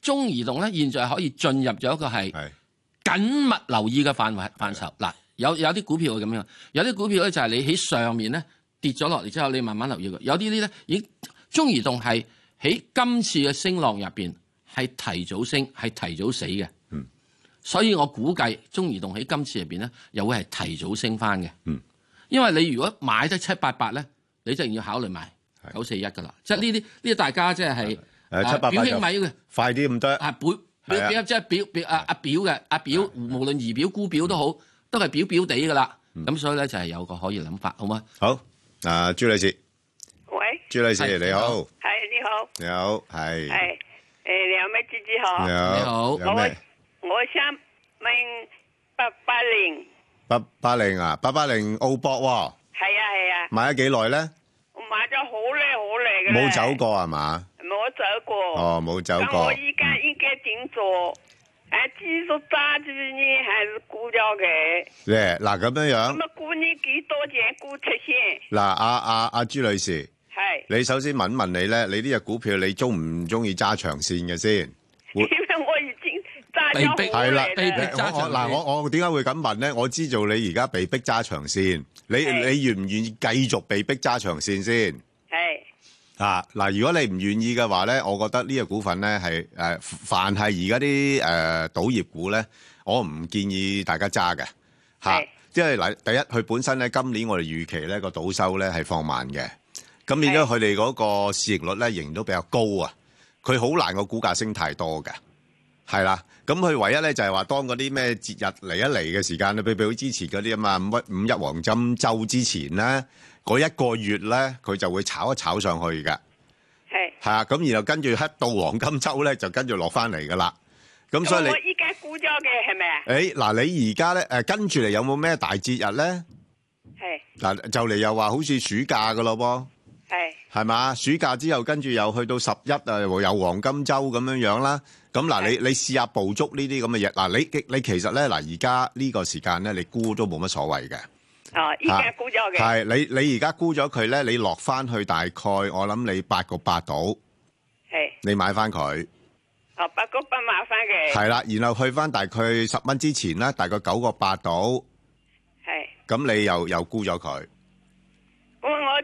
Speaker 2: 中移動咧，現在可以進入咗一個係
Speaker 1: 係
Speaker 2: 緊密留意嘅範圍範疇。嗱，有有啲股票係咁樣，有啲股票咧就係你喺上面咧跌咗落嚟之後，你慢慢留意佢。有啲啲咧，已經中移動係喺今次嘅升浪入邊係提早升，係提早死嘅。
Speaker 1: 嗯，
Speaker 2: 所以我估計中移動喺今次入邊咧，又會係提早升翻嘅。
Speaker 1: 嗯，
Speaker 2: 因為你如果買得七八八咧，你就要考慮買
Speaker 1: 係
Speaker 2: 九四一噶啦。即係呢啲呢啲大家即係係
Speaker 1: 誒
Speaker 2: 啊
Speaker 1: 788
Speaker 2: 表兄
Speaker 1: 就
Speaker 2: 米嘅。
Speaker 1: 快啲咁多，
Speaker 2: 啊表表
Speaker 1: 係
Speaker 2: 表即係表表啊阿表嘅阿表，無論姨表姑表都好，
Speaker 1: 嗯
Speaker 2: 都係表表地噶啦。咁所以咧就係有個可以諗法，好嘛？
Speaker 1: 好。啊，朱女士，
Speaker 6: 喂，
Speaker 1: 朱女士
Speaker 2: 係
Speaker 1: 你好，
Speaker 6: 系你好，
Speaker 1: 你好，係，
Speaker 6: 系诶，你有咩支持
Speaker 1: 你
Speaker 6: 我？
Speaker 1: 好，
Speaker 2: 嗯你好
Speaker 1: 有咩？
Speaker 6: 我想问八八零，
Speaker 1: 八八零啊，八八零澳博
Speaker 6: 系啊系啊
Speaker 1: 喎，，買咗幾耐咧？
Speaker 6: 我買咗好耐好耐嘅，
Speaker 1: 冇走，過係嘛？
Speaker 6: 冇走過。
Speaker 1: 哦，冇走嗯
Speaker 6: 咁
Speaker 1: 過
Speaker 6: 我。依家應該點做？啊诶，繼續揸住呢，還是沽掉嘅？
Speaker 1: 咧嗱咁樣樣
Speaker 6: 咁，啊，沽呢幾多錢沽出先？
Speaker 1: 嗱阿阿阿朱女士，
Speaker 6: 係，
Speaker 1: 你首先問一問你咧，你呢只股票你中唔中意揸長線嘅先？會
Speaker 6: 因為我已經揸咗
Speaker 2: 被逼
Speaker 6: 好
Speaker 1: 係啦
Speaker 6: 耐
Speaker 2: 被逼
Speaker 6: 啦。
Speaker 2: 揸
Speaker 1: 我我
Speaker 2: 長線
Speaker 1: 嗱，我我點解會咁問咧？我知道你而家被逼揸長線，你
Speaker 6: 係
Speaker 1: 你願唔願意繼續被逼揸長線先？
Speaker 6: 係
Speaker 1: 啊！嗱，如果你唔願意嘅話咧，我覺得呢個股份咧係誒，凡係而家啲誒賭業股咧，我唔建議大家揸嘅嚇
Speaker 6: 係，
Speaker 1: 因為嗱，第一佢本身咧今年我哋預期咧個賭收咧係放慢嘅，咁變咗佢哋嗰個市盈率咧仍然都比較高啊，佢好難個股價升太多嘅，係啦。咁佢唯一咧就係話，當嗰啲咩節日嚟一嚟嘅時間咧，譬如好之前嗰啲啊嘛，五一五一黃金周之前咧，嗰一個月咧，佢就會炒一炒上去嘅。
Speaker 6: 係。
Speaker 1: 係啊，咁然後跟住一到黃金周咧，就跟住落翻嚟噶啦。咁所以
Speaker 6: 咁我
Speaker 1: 你，
Speaker 6: 依家沽掉嘅係咪啊？
Speaker 1: 誒嗱，你而家咧誒跟住嚟有冇咩大節日咧？嗯
Speaker 6: 係
Speaker 1: 嗱，就嚟又話好似暑假噶咯噃。
Speaker 6: 係
Speaker 1: 係嘛？暑假之後跟住又去到十一啊，又黃金周咁樣樣啦。咁嗱，你你試下捕捉呢啲咁嘅嘢。嗱，你你其實咧嗱，而家呢個時間咧，你估都冇乜所謂嘅。
Speaker 6: 哦，依
Speaker 1: 啊
Speaker 6: 家沽掉嘅。
Speaker 1: 係你你而家估咗佢咧，你落翻去大概我諗你八個八度，
Speaker 6: 系，
Speaker 1: 你買翻佢。
Speaker 6: 哦，八哥不麻煩嘅，
Speaker 1: 係啦，然後去翻大概十蚊之前啦，大概九個八度，
Speaker 6: 係，
Speaker 1: 咁你又又估咗佢。
Speaker 6: 咁我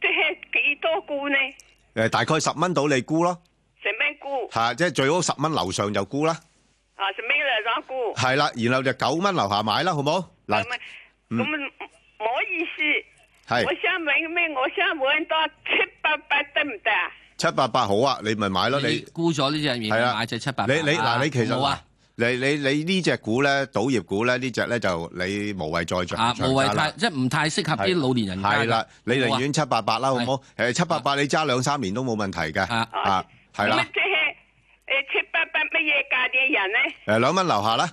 Speaker 6: 即係幾多股呢？
Speaker 1: 誒，大概十蚊度你估咯，
Speaker 6: 十蚊股，
Speaker 1: 嚇，即係最好十蚊樓上就估啦。
Speaker 6: 啊，十蚊兩張股，
Speaker 1: 係啦，然後就九蚊樓下買啦，好冇？嗱
Speaker 6: 咁。啊咁冇意思。
Speaker 1: 嗯係
Speaker 6: 我想問咩？我想問到七八八得唔得啊？
Speaker 1: 788好啊，你咪買咯，
Speaker 2: 你
Speaker 1: 你-
Speaker 2: 沽咗呢只嘢，
Speaker 1: 係啦啊
Speaker 2: 買只七百。
Speaker 1: 你-你-嗱，你其實
Speaker 2: 冇啊，
Speaker 1: 嗱，你-你-你呢隻股呢，賭業股呢，呢隻呢就你無謂再長-
Speaker 2: 啊冇謂
Speaker 1: 長揸啦。
Speaker 2: 太即係唔太適合
Speaker 1: 係
Speaker 2: 啲老年人家嘅。
Speaker 1: 係啦，你寧願788啦，好
Speaker 2: 係。
Speaker 1: 唔好？誒，788你揸2-3年都冇問題嘅。
Speaker 2: 啊。
Speaker 1: 啊，係啦，
Speaker 6: 咁即係诶七八八乜嘢價嘅人呢？
Speaker 1: 誒，2蚊樓下啦，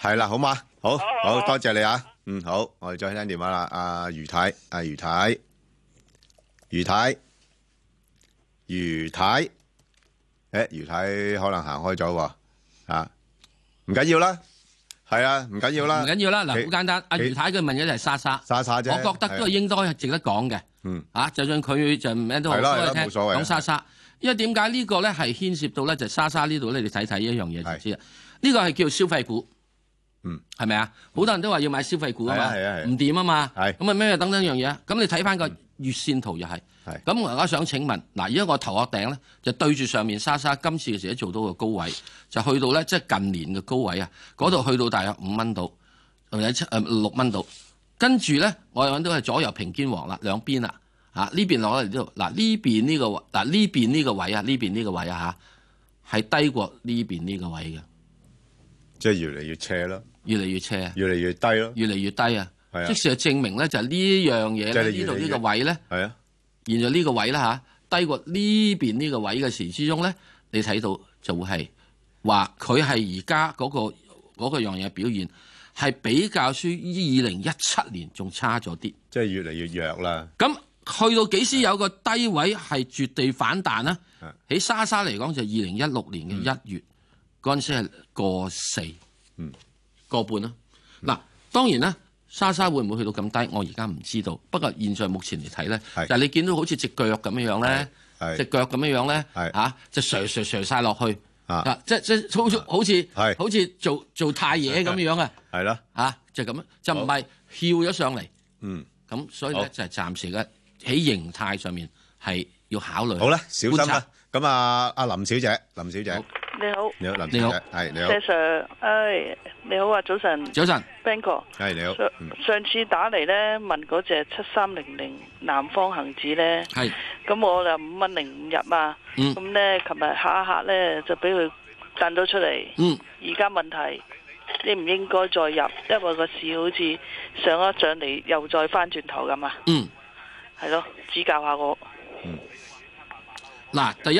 Speaker 1: 係啦，好嘛？好，
Speaker 6: 哦，兩蚊啦好，
Speaker 1: 好，
Speaker 6: 好。
Speaker 1: 多謝你啊，嗯，好，我哋再聽電話啦，阿余太，阿余太，余太，誒，余太可能行開咗喎，啊，唔緊要啦，係啊，唔緊要啦，
Speaker 2: 唔緊要啦，嗱，
Speaker 1: 你
Speaker 2: 好簡單。阿
Speaker 1: 你
Speaker 2: 余太佢問嘅就係莎莎，
Speaker 1: 莎莎啫
Speaker 2: 我覺得都
Speaker 1: 係
Speaker 2: 係應該係值得講嘅。
Speaker 1: 嗯
Speaker 2: 啊，就算佢就咩都好，
Speaker 1: 係
Speaker 2: 都
Speaker 1: 啦係啦
Speaker 2: 係聽
Speaker 1: 冇所謂啊
Speaker 2: 講莎莎。因為點解呢個咧係牽涉到咧就莎莎呢度咧，你睇睇一樣嘢就知啦。呢個係叫消費股，
Speaker 1: 嗯，
Speaker 2: 係咪啊？好多人都話要買消費股啊
Speaker 1: 係啊
Speaker 2: 嘛
Speaker 1: 係啊係啊，
Speaker 2: 唔掂啊嘛，
Speaker 1: 係嗯
Speaker 2: 咁啊咩等等樣嘢。咁你睇翻個月線圖又係
Speaker 1: 係，
Speaker 2: 咁我而家想請問，嗱，而家我頭殼頂咧就對住上面莎莎今次嘅時候做到個高位，就去到咧即係近年嘅高位啊，嗰度去到大約五蚊度，或者七誒六蚊度。跟住咧，我又揾到係左右平肩黃啦，兩邊啦，嚇、呢邊攞嚟呢度，嗱呢邊呢個位，嗱呢邊呢個位啊，呢邊呢個位啊嚇，係低過呢邊呢個位嘅，
Speaker 1: 即係越嚟越斜咯，
Speaker 2: 越嚟越斜啊，
Speaker 1: 越嚟越低咯。
Speaker 2: 越嚟越低啊，
Speaker 1: 係啊
Speaker 2: 即使係證明咧，就係呢樣嘢
Speaker 1: 即係
Speaker 2: 咧，
Speaker 1: 你
Speaker 2: 呢度呢個位咧，
Speaker 1: 係啊，
Speaker 2: 現在呢個位啦嚇，低過呢邊呢個位嘅時之中咧，你睇到就會係話佢係而家嗰個嗰、個樣嘢表現係比較於二零一七年仲差咗啲。
Speaker 1: 即係越嚟越弱啦。
Speaker 2: 咁去到幾時有個低位係絕地反彈呢
Speaker 1: 嗯？
Speaker 2: 喺莎莎嚟講就二零一六年嘅一月嗰陣時係個四，
Speaker 1: 嗯，
Speaker 2: 個半啦。嗱，當然啦，莎莎會唔會去到咁低，我而家唔知道。不過現在目前嚟睇呢，
Speaker 1: 係
Speaker 2: 就係你見到好似只腳咁樣樣呢，
Speaker 1: 係
Speaker 2: 只腳咁樣樣呢，
Speaker 1: 係
Speaker 2: 嚇，就垂垂垂晒落去，
Speaker 1: 啊
Speaker 2: 啊，即即好似好似
Speaker 1: 係
Speaker 2: 好似做做太爺咁樣啊，
Speaker 1: 係啦，
Speaker 2: 嚇，就咁樣，啊就唔係翹咗上嚟。
Speaker 1: 嗯，
Speaker 2: 咁所以
Speaker 1: 好
Speaker 2: 咧就係暫時嘅喺形態上面係要考慮。
Speaker 1: 好啦，小心
Speaker 2: 觀察
Speaker 1: 啦。。咁啊，阿林小姐，林小姐
Speaker 2: 好，
Speaker 7: 你好，
Speaker 1: 你好，林
Speaker 2: 你
Speaker 1: 小
Speaker 2: 好
Speaker 1: 姐，係你好，
Speaker 7: 石 Sir，唉，你好啊，早晨
Speaker 2: 早晨，
Speaker 7: ，Bang 哥。
Speaker 1: 係你好，
Speaker 7: 上
Speaker 1: 嗯
Speaker 7: 上次打嚟呢，問嗰只七三零零南方恒指呢，
Speaker 2: 係
Speaker 7: 咁我就五蚊零五入啊，
Speaker 2: 嗯
Speaker 7: 咁呢，琴日下一刻呢，就俾佢彈咗出嚟，
Speaker 2: 嗯
Speaker 7: 而家問題應唔應該再入？因為個市好似上一上嚟又再翻轉頭咁啊，
Speaker 2: 嗯，
Speaker 7: 係咯，指教下我。
Speaker 2: 嗱，第一，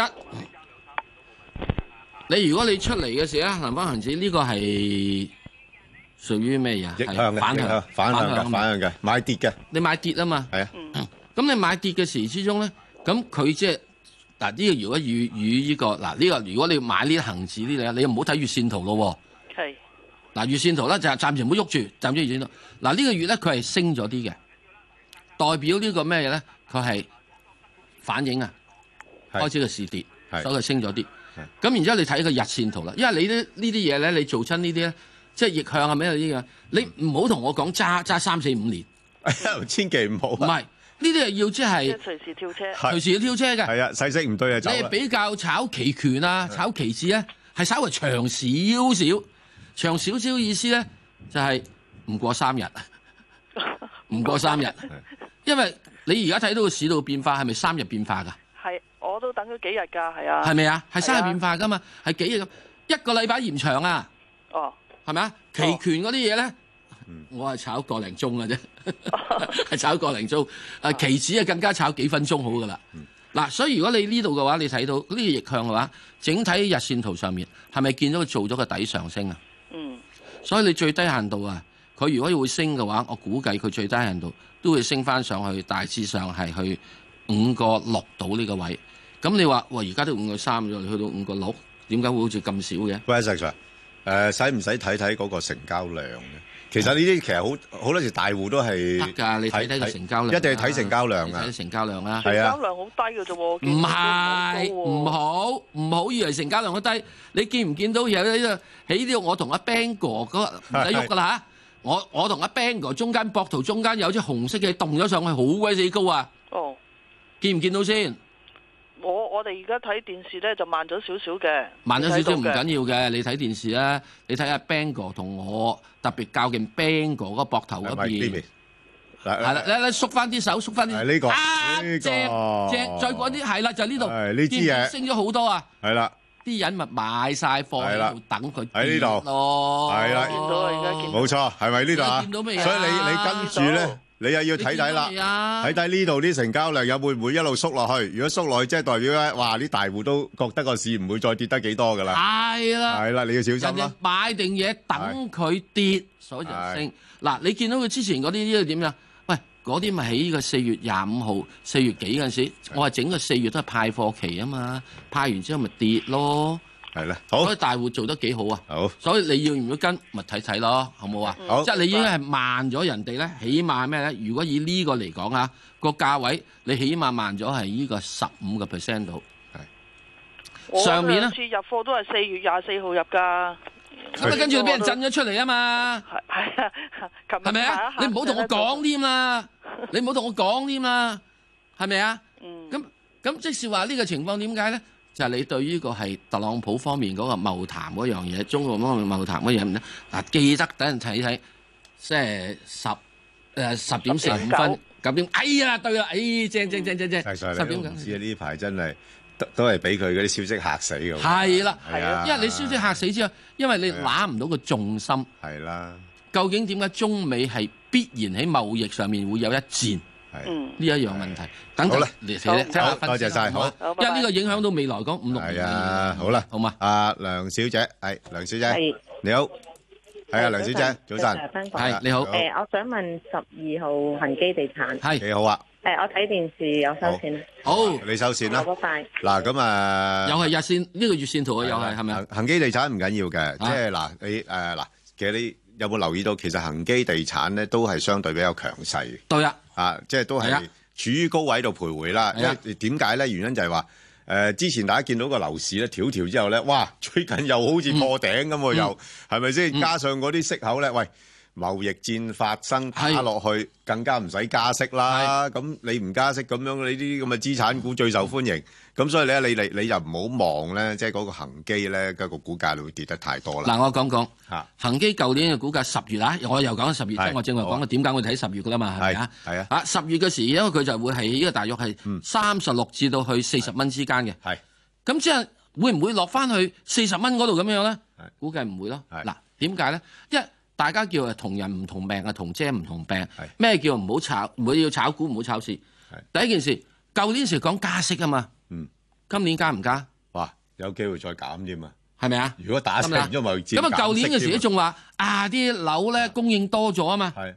Speaker 2: 你如果你出嚟嘅時咧，啊南方恒指呢個係屬於咩嘢啊？
Speaker 1: 逆
Speaker 2: 係
Speaker 1: 向嘅，
Speaker 2: 反
Speaker 1: 逆
Speaker 2: 向
Speaker 1: 向，反向
Speaker 2: 啊
Speaker 1: 嘅，
Speaker 2: 嘛
Speaker 1: 反向嘅，買跌嘅， *laughs*
Speaker 2: 你買跌啊嘛。
Speaker 1: 係啊，
Speaker 2: 咁你買跌嘅時之中咧，咁佢即係嗱呢個如果與與呢個嗱呢個如果你買呢啲恒指呢啲嘢，你唔好睇月線圖咯喎。
Speaker 7: 係
Speaker 2: 嗱，月線圖咧就係暫時唔好喐住，暫時月線圖。嗱，呢個月咧佢係升咗啲嘅，代表呢個咩嘢咧？佢係反映啊，
Speaker 1: 係
Speaker 2: 開始個市跌，
Speaker 1: 係
Speaker 2: 所以佢升咗啲
Speaker 1: 係。
Speaker 2: 咁然之後你睇個日線圖啦，因為你呢呢啲嘢咧，你做親呢啲咧，即係逆向係啊咩呢樣？你唔好同我講揸揸三四五年，
Speaker 1: 千祈唔
Speaker 2: 唔
Speaker 1: 好啊，
Speaker 2: 係呢啲係要即
Speaker 7: 即
Speaker 2: 係
Speaker 7: 係隨時跳車，
Speaker 2: 隨
Speaker 1: 係
Speaker 2: 時要挑車嘅。
Speaker 1: 係啊，細息唔對啊，
Speaker 2: 你
Speaker 1: 走
Speaker 2: 係
Speaker 1: 啦，
Speaker 2: 比較炒期權啊、炒期指咧，係稍微長少少，長少少意思咧就係唔過
Speaker 7: *laughs*
Speaker 2: 三日，唔過三日，因為你而家睇到個市道變化係咪三日變化㗎？
Speaker 7: 係我都等咗幾日㗎，係啊，
Speaker 2: 係咪啊？係三日
Speaker 7: 係啊
Speaker 2: 變化㗎嘛？係幾日咁？一個禮拜嫌長啊，
Speaker 7: 哦，嗯
Speaker 2: 係咪啊？期權嗰啲嘢咧。我係炒個零鐘嘅
Speaker 7: *laughs*
Speaker 2: 啫，係炒個零鐘。啊，期指啊更加炒幾分鐘好噶啦。嗱，所以如果你呢度嘅話，你睇到呢個逆向嘅話，整體日線圖上面係咪見到佢做咗個底上升啊？
Speaker 7: 嗯，
Speaker 2: 所以你最低限度啊，佢如果要會升嘅話，我估計佢最低限度都會升翻上去，大致上係去五個六到呢個位。咁你話，喂，而家都五個三咗，你去到五個六，點解會好似咁少嘅？
Speaker 1: 喂，石 Sir，誒，使唔使睇睇嗰個成交量嘅？其實呢啲其實好好多時大戶都係
Speaker 2: 得㗎，你睇睇個成交量啊，
Speaker 1: 一定係嗯睇成交量
Speaker 2: 你
Speaker 1: 啊
Speaker 2: 睇，成交量啦。
Speaker 7: 成
Speaker 1: 係啊
Speaker 7: 交量好低嘅啫喎，我見
Speaker 2: 唔
Speaker 7: 到
Speaker 2: 係，
Speaker 7: 都
Speaker 2: 唔
Speaker 7: 好高喎
Speaker 2: 好唔好以為成交量好低。你見唔見到有呢度喺呢度？我同阿 Bang 哥嗰唔使喐噶啦嚇。我我同阿 Bang 哥中間膊頭中間有支紅色嘅動咗上去，好鬼死高啊！
Speaker 7: 哦。
Speaker 2: 見唔見到先？
Speaker 7: 我我哋而家睇電視咧就慢咗少少嘅，
Speaker 2: 慢咗少少唔緊
Speaker 7: 睇到嘅。
Speaker 2: 要嘅，你睇電視啦，你睇下 Bang 哥同我特別較勁 Bang 哥嗰膊頭
Speaker 1: 係
Speaker 2: 嗰
Speaker 1: 咪呢
Speaker 2: 邊
Speaker 1: 邊。？嗱
Speaker 2: 係啦，你你縮翻啲手，縮翻啲。
Speaker 1: 係呢個
Speaker 2: 啊，
Speaker 1: 呢個
Speaker 2: 正正，再嗰啲係啦，就呢度。
Speaker 1: 係呢支嘢
Speaker 2: 見唔見升咗好多啊！
Speaker 1: 係啦，
Speaker 2: 啲人咪買晒貨
Speaker 1: 係啦
Speaker 2: 喺度等佢
Speaker 1: 喺呢度
Speaker 2: 跌咯，
Speaker 1: 係啦
Speaker 7: 見到啦而家見
Speaker 1: 冇錯，係咪呢度啊？
Speaker 2: 你見到未啊
Speaker 1: 所以你你跟住咧，你又要睇睇啦
Speaker 2: 你見到未，啊
Speaker 1: 睇睇呢度啲成交量有會唔會一路縮落去？如果縮落去，即係代表咧，哇！啲大戶都覺得個市唔會再跌得幾多㗎啦。
Speaker 2: 係啦，
Speaker 1: 係啦，你要小
Speaker 2: 人
Speaker 1: 心
Speaker 2: 哋
Speaker 1: 啦。
Speaker 2: 買定嘢等佢跌，所以就升。嗱，你見到佢之前嗰啲呢個點呀？喂，嗰啲咪喺呢個四月廿五號、四月幾嗰陣時，我話整個四月都係派貨期啊嘛，派完之後咪跌咯。
Speaker 1: 係啦，好
Speaker 2: 所以大戶做得幾好啊！
Speaker 1: 好
Speaker 2: 所以你要唔要跟，咪睇睇咯，好冇啊？
Speaker 1: 好
Speaker 2: 即係你已經係慢咗人哋咧，起碼咩咧？如果以呢個嚟講啊，個價位你起碼慢咗係呢個十五個 percent 度，
Speaker 7: 我
Speaker 2: 上面呢
Speaker 7: 上次入貨都係四月廿四號入㗎，
Speaker 2: 咁啊跟住你俾人震咗出嚟啊嘛，
Speaker 7: 係係啊，琴日
Speaker 2: 係咪啊？你唔好同我講添啦，你唔好同我講添啦，係咪啊？
Speaker 7: 嗯
Speaker 2: 咁咁即是話呢個情況點解咧？就係、你對於個係特朗普方面嗰個貿談嗰樣嘢，中國方面貿談嗰樣嘢咧，嗱記得等人睇睇，即係十誒十點四五分
Speaker 7: 10.49
Speaker 2: 九點，哎呀對啦，哎正正正正正，
Speaker 1: 石
Speaker 2: 十
Speaker 1: Sir，你
Speaker 2: 點
Speaker 1: 都唔知啊！
Speaker 2: 九，
Speaker 1: 呢排真係都都係俾佢嗰啲消息嚇死㗎。
Speaker 2: 係啦，
Speaker 1: 係啊，哎
Speaker 2: 因為你消息嚇死之後，因為你
Speaker 1: 係
Speaker 2: 揦唔到個重心，
Speaker 1: 係啦，
Speaker 2: 究竟點解中美係必然喺貿易上面會有一戰？
Speaker 1: 係
Speaker 7: 嗯，
Speaker 2: 呢一樣問題，等
Speaker 1: 好
Speaker 2: 陣
Speaker 1: 啦
Speaker 2: 你睇睇下
Speaker 1: 好
Speaker 2: 分析
Speaker 1: 多
Speaker 2: 啦
Speaker 1: 謝晒
Speaker 2: 好嘛
Speaker 7: 好
Speaker 2: 因
Speaker 7: 拜
Speaker 2: 為
Speaker 7: 拜
Speaker 2: 呢個影響到未來講五六年
Speaker 1: 係
Speaker 2: 嘅
Speaker 1: 啊，
Speaker 2: 嘢
Speaker 1: 好啦，
Speaker 2: 好嘛？
Speaker 1: 阿梁小姐，係梁小姐，
Speaker 8: 係
Speaker 1: 你好，係啊，梁小姐，早晨，
Speaker 8: 晨
Speaker 2: 係你好
Speaker 8: 誒，我想問十二號恒基地產，
Speaker 2: 係
Speaker 1: 你好啊，
Speaker 8: 誒，我睇電視有收線啦，
Speaker 2: 好。
Speaker 1: 你收線啦，
Speaker 8: 我嗰塊
Speaker 1: 嗱咁啊，
Speaker 2: 又係日線呢個月線圖啊，又係係咪啊
Speaker 1: 恒-？恒基地產唔緊要嘅，
Speaker 2: 啊。
Speaker 1: 即係嗱，你，誒，嗱，其實你有冇留意到，其實恒基地產呢，都係相對比較強勢嘅，啊，即係都係
Speaker 2: 對啊，係啊。
Speaker 1: 處於高位度徘徊啦，
Speaker 2: 係啊。
Speaker 1: *laughs* 因為點解呢？原因就係話，誒，之前大家見到個樓市呢，跳跳之後呢，哇，最近又好似破頂咁喎，又，係咪先？加上嗰啲息口呢，喂，貿易戰發生，
Speaker 2: 係。
Speaker 1: 打落去，更加唔使加息啦，咁你唔加息咁樣，你呢啲咁嘅資產股最受歡迎，咁所以咧，你你你就唔好望咧，即係嗰個恒基咧，嗰個股價會跌得太多啦。
Speaker 2: 嗱，我講講
Speaker 1: 嚇
Speaker 2: 恒基舊年嘅股價十月啊，我又講十月，即
Speaker 1: 係
Speaker 2: 係我正話
Speaker 1: 好啊
Speaker 2: 講嘅點解我睇十月噶啦嘛，係咪啊？
Speaker 1: 係係啊
Speaker 2: 啊，十月嘅時，因為佢就會係呢個大約
Speaker 1: 嗯
Speaker 2: 係三十六至到去四十蚊之間嘅。
Speaker 1: 係
Speaker 2: 咁即係會唔會落翻去四十蚊嗰度咁樣咧
Speaker 1: 係？
Speaker 2: 估計唔會咯。
Speaker 1: 係
Speaker 2: 嗱，點解咧？因為大家叫誒同人唔同命啊，同姐唔同病
Speaker 1: 係。
Speaker 2: 咩叫唔好炒？唔好要炒股，唔好炒市。第一件事，舊年時講加息啊嘛，
Speaker 1: 嗯，
Speaker 2: 今年加唔加？
Speaker 1: 哇，有機會再減添啊！
Speaker 2: 係咪啊？
Speaker 1: 如果打成
Speaker 2: 咁啊
Speaker 1: 咗貿易戰，
Speaker 2: 咁啊，舊年嘅時都
Speaker 1: 仲
Speaker 2: 仲話啊，啲樓咧供應多咗啊嘛。
Speaker 1: 係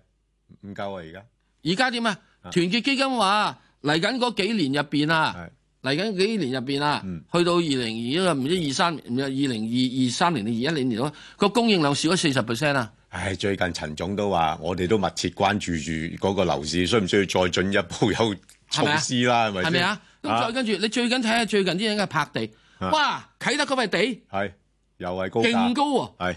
Speaker 1: 唔夠啊！而家
Speaker 2: 而家點啊？
Speaker 1: 啊
Speaker 2: 團結基金話嚟緊嗰幾年入邊啊，嚟緊幾年入邊啊
Speaker 1: 嗯，
Speaker 2: 去到二零二一個唔知二三唔係二零二二三年定二一年年度個供應量少咗四十 percent 啊！
Speaker 1: 唉，最近陳總都話，我哋都密切關注住嗰個樓市，需唔需要再進一步有措施啦？係咪
Speaker 2: 係
Speaker 1: 先
Speaker 2: 咪啊？咁再跟住你最緊睇下最近啲人嘅拍地，
Speaker 1: 啊
Speaker 2: 哇！啟德嗰塊地
Speaker 1: 係又係高
Speaker 2: 勁
Speaker 1: 價，
Speaker 2: 高喎，
Speaker 1: 係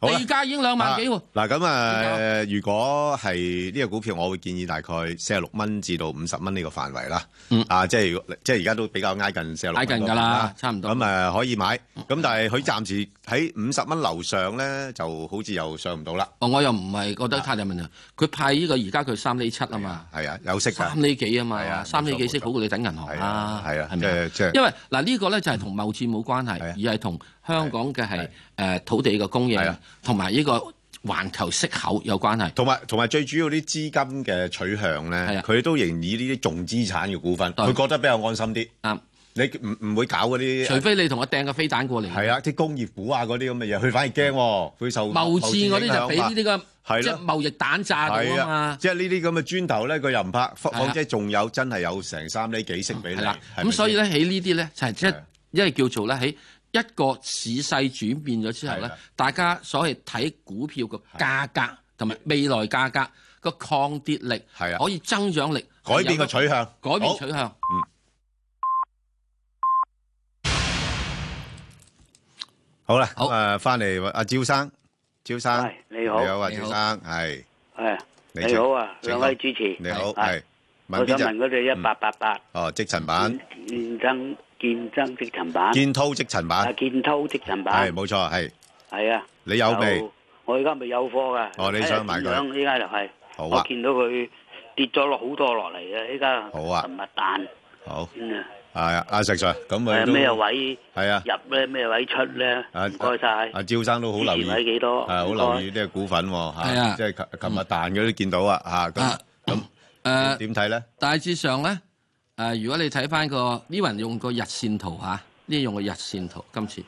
Speaker 1: 好啦
Speaker 2: 地。價已經兩萬幾喎，
Speaker 1: 嗱咁啊，
Speaker 2: 點
Speaker 1: 如果係呢個股票，我會建議大概四十六蚊至到五十蚊呢個範圍啦。
Speaker 2: 嗯
Speaker 1: 啊，即係如果即係而家都比較挨近四十六
Speaker 2: 挨
Speaker 1: 蚊
Speaker 2: 近
Speaker 1: 嗰
Speaker 2: 㗎
Speaker 1: 邊
Speaker 2: 啦，。差唔多
Speaker 1: 咁。誒可以買，咁但係佢暫時喺五十蚊樓上咧，就好似又上唔到啦。
Speaker 2: 哦，我又唔係覺得
Speaker 1: 啊
Speaker 2: 太大問題，佢派呢個而家佢三厘七啊嘛。
Speaker 1: 係啊，有息㗎。
Speaker 2: 三厘幾啊
Speaker 1: 係啊
Speaker 2: 嘛，三厘幾息好過你等銀行
Speaker 1: 係
Speaker 2: 啦
Speaker 1: 啊，，係啊，
Speaker 2: 係
Speaker 1: 即
Speaker 2: 咪哦啊
Speaker 1: 係即係
Speaker 2: 因為嗱呢個咧就係同貿戰冇關係，
Speaker 1: 係啊
Speaker 2: 而係同香港嘅
Speaker 1: 係
Speaker 2: 係誒土地嘅供應
Speaker 1: 係啊
Speaker 2: 同埋呢個環球息口有關係。
Speaker 1: 同埋同埋最主要啲資金嘅取向
Speaker 2: 係
Speaker 1: 咧，
Speaker 2: 啊
Speaker 1: 佢都仍以呢啲重資產嘅股份，
Speaker 2: 對
Speaker 1: 佢覺得比較安心啲。
Speaker 2: 啱，
Speaker 1: 你唔唔會搞嗰啲
Speaker 2: 除非你同我掟個飛彈過嚟，
Speaker 1: 係啊，啲工業股啊嗰啲咁嘅嘢，佢反而驚喎，會受
Speaker 2: 貿戰嗰啲就俾呢啲個
Speaker 1: 啊係咯
Speaker 2: 即係貿易彈炸到
Speaker 1: 係
Speaker 2: 啊
Speaker 1: 啊
Speaker 2: 嘛，。
Speaker 1: 即係呢啲咁嘅磚頭咧，佢又唔怕，
Speaker 2: 啊
Speaker 1: 況且仲有真係有成三厘幾息俾你。
Speaker 2: 係啦，
Speaker 1: 係
Speaker 2: 咁
Speaker 1: 咪啊
Speaker 2: 所以咧喺呢啲咧就係即
Speaker 1: 係
Speaker 2: 係
Speaker 1: 啊
Speaker 2: 因為叫做咧喺一個市勢轉變咗之後
Speaker 1: 係
Speaker 2: 咧
Speaker 1: 啊，
Speaker 2: 大家所謂睇股票嘅價格同埋未來價格個抗跌力
Speaker 1: 係啊
Speaker 2: 可以增長力
Speaker 1: 改變個取向，
Speaker 2: 改變
Speaker 1: 好
Speaker 2: 取向。
Speaker 1: 嗯好啦，
Speaker 2: 好
Speaker 1: 咁啊，翻嚟阿趙生，趙生
Speaker 9: 喂，你
Speaker 1: 你
Speaker 9: 好，
Speaker 1: 好啊，
Speaker 2: 你
Speaker 1: 趙
Speaker 2: 好
Speaker 1: 生係
Speaker 9: 係
Speaker 1: 你
Speaker 9: 你好啊，
Speaker 1: 請
Speaker 9: 兩位主持，
Speaker 1: 你好
Speaker 9: 係
Speaker 1: 係
Speaker 9: 我
Speaker 1: 問邊嗯
Speaker 9: 想
Speaker 1: 只
Speaker 9: 問？嗰只一八八八
Speaker 1: 哦，積塵板、
Speaker 9: 健
Speaker 7: Ừ,
Speaker 9: 增健增積層
Speaker 7: à.
Speaker 9: 板，
Speaker 1: 建滔積塵
Speaker 9: 啊
Speaker 1: 板，
Speaker 9: 建滔積層
Speaker 1: 係
Speaker 9: 板，
Speaker 1: 冇錯，係
Speaker 9: 係啊，
Speaker 1: 你有未？
Speaker 9: 就？我而家咪有貨噶，
Speaker 1: 哦你想買佢
Speaker 9: 睇下點樣依家就係，
Speaker 1: 好
Speaker 9: 我
Speaker 1: 啊，
Speaker 9: 見到佢跌咗落好多落嚟啊，依家
Speaker 1: 好啊
Speaker 9: 琴日彈，
Speaker 1: 好，
Speaker 9: 嗯啊，
Speaker 1: 啊阿石 Sir，咁佢
Speaker 9: 誒
Speaker 7: Ờ,
Speaker 1: 都
Speaker 9: 咩位
Speaker 1: 係
Speaker 7: Dạ,
Speaker 1: 啊，
Speaker 9: 入咧，咩位出咧？
Speaker 1: 啊
Speaker 9: 唔該晒，
Speaker 1: 阿趙生都好留
Speaker 9: 支持位
Speaker 1: 意。
Speaker 9: 幾多？
Speaker 1: 啊，好
Speaker 9: 唔該
Speaker 1: 留意呢個股份喎，嚇
Speaker 2: 係啊
Speaker 1: 即係琴琴日彈嗰啲見到啊，嚇咁
Speaker 2: 啊誒 à.
Speaker 1: 咁點睇咧？
Speaker 2: 呃大致上咧，誒、如果你睇翻個呢個人用個日線圖嚇，呢用個日線圖今次，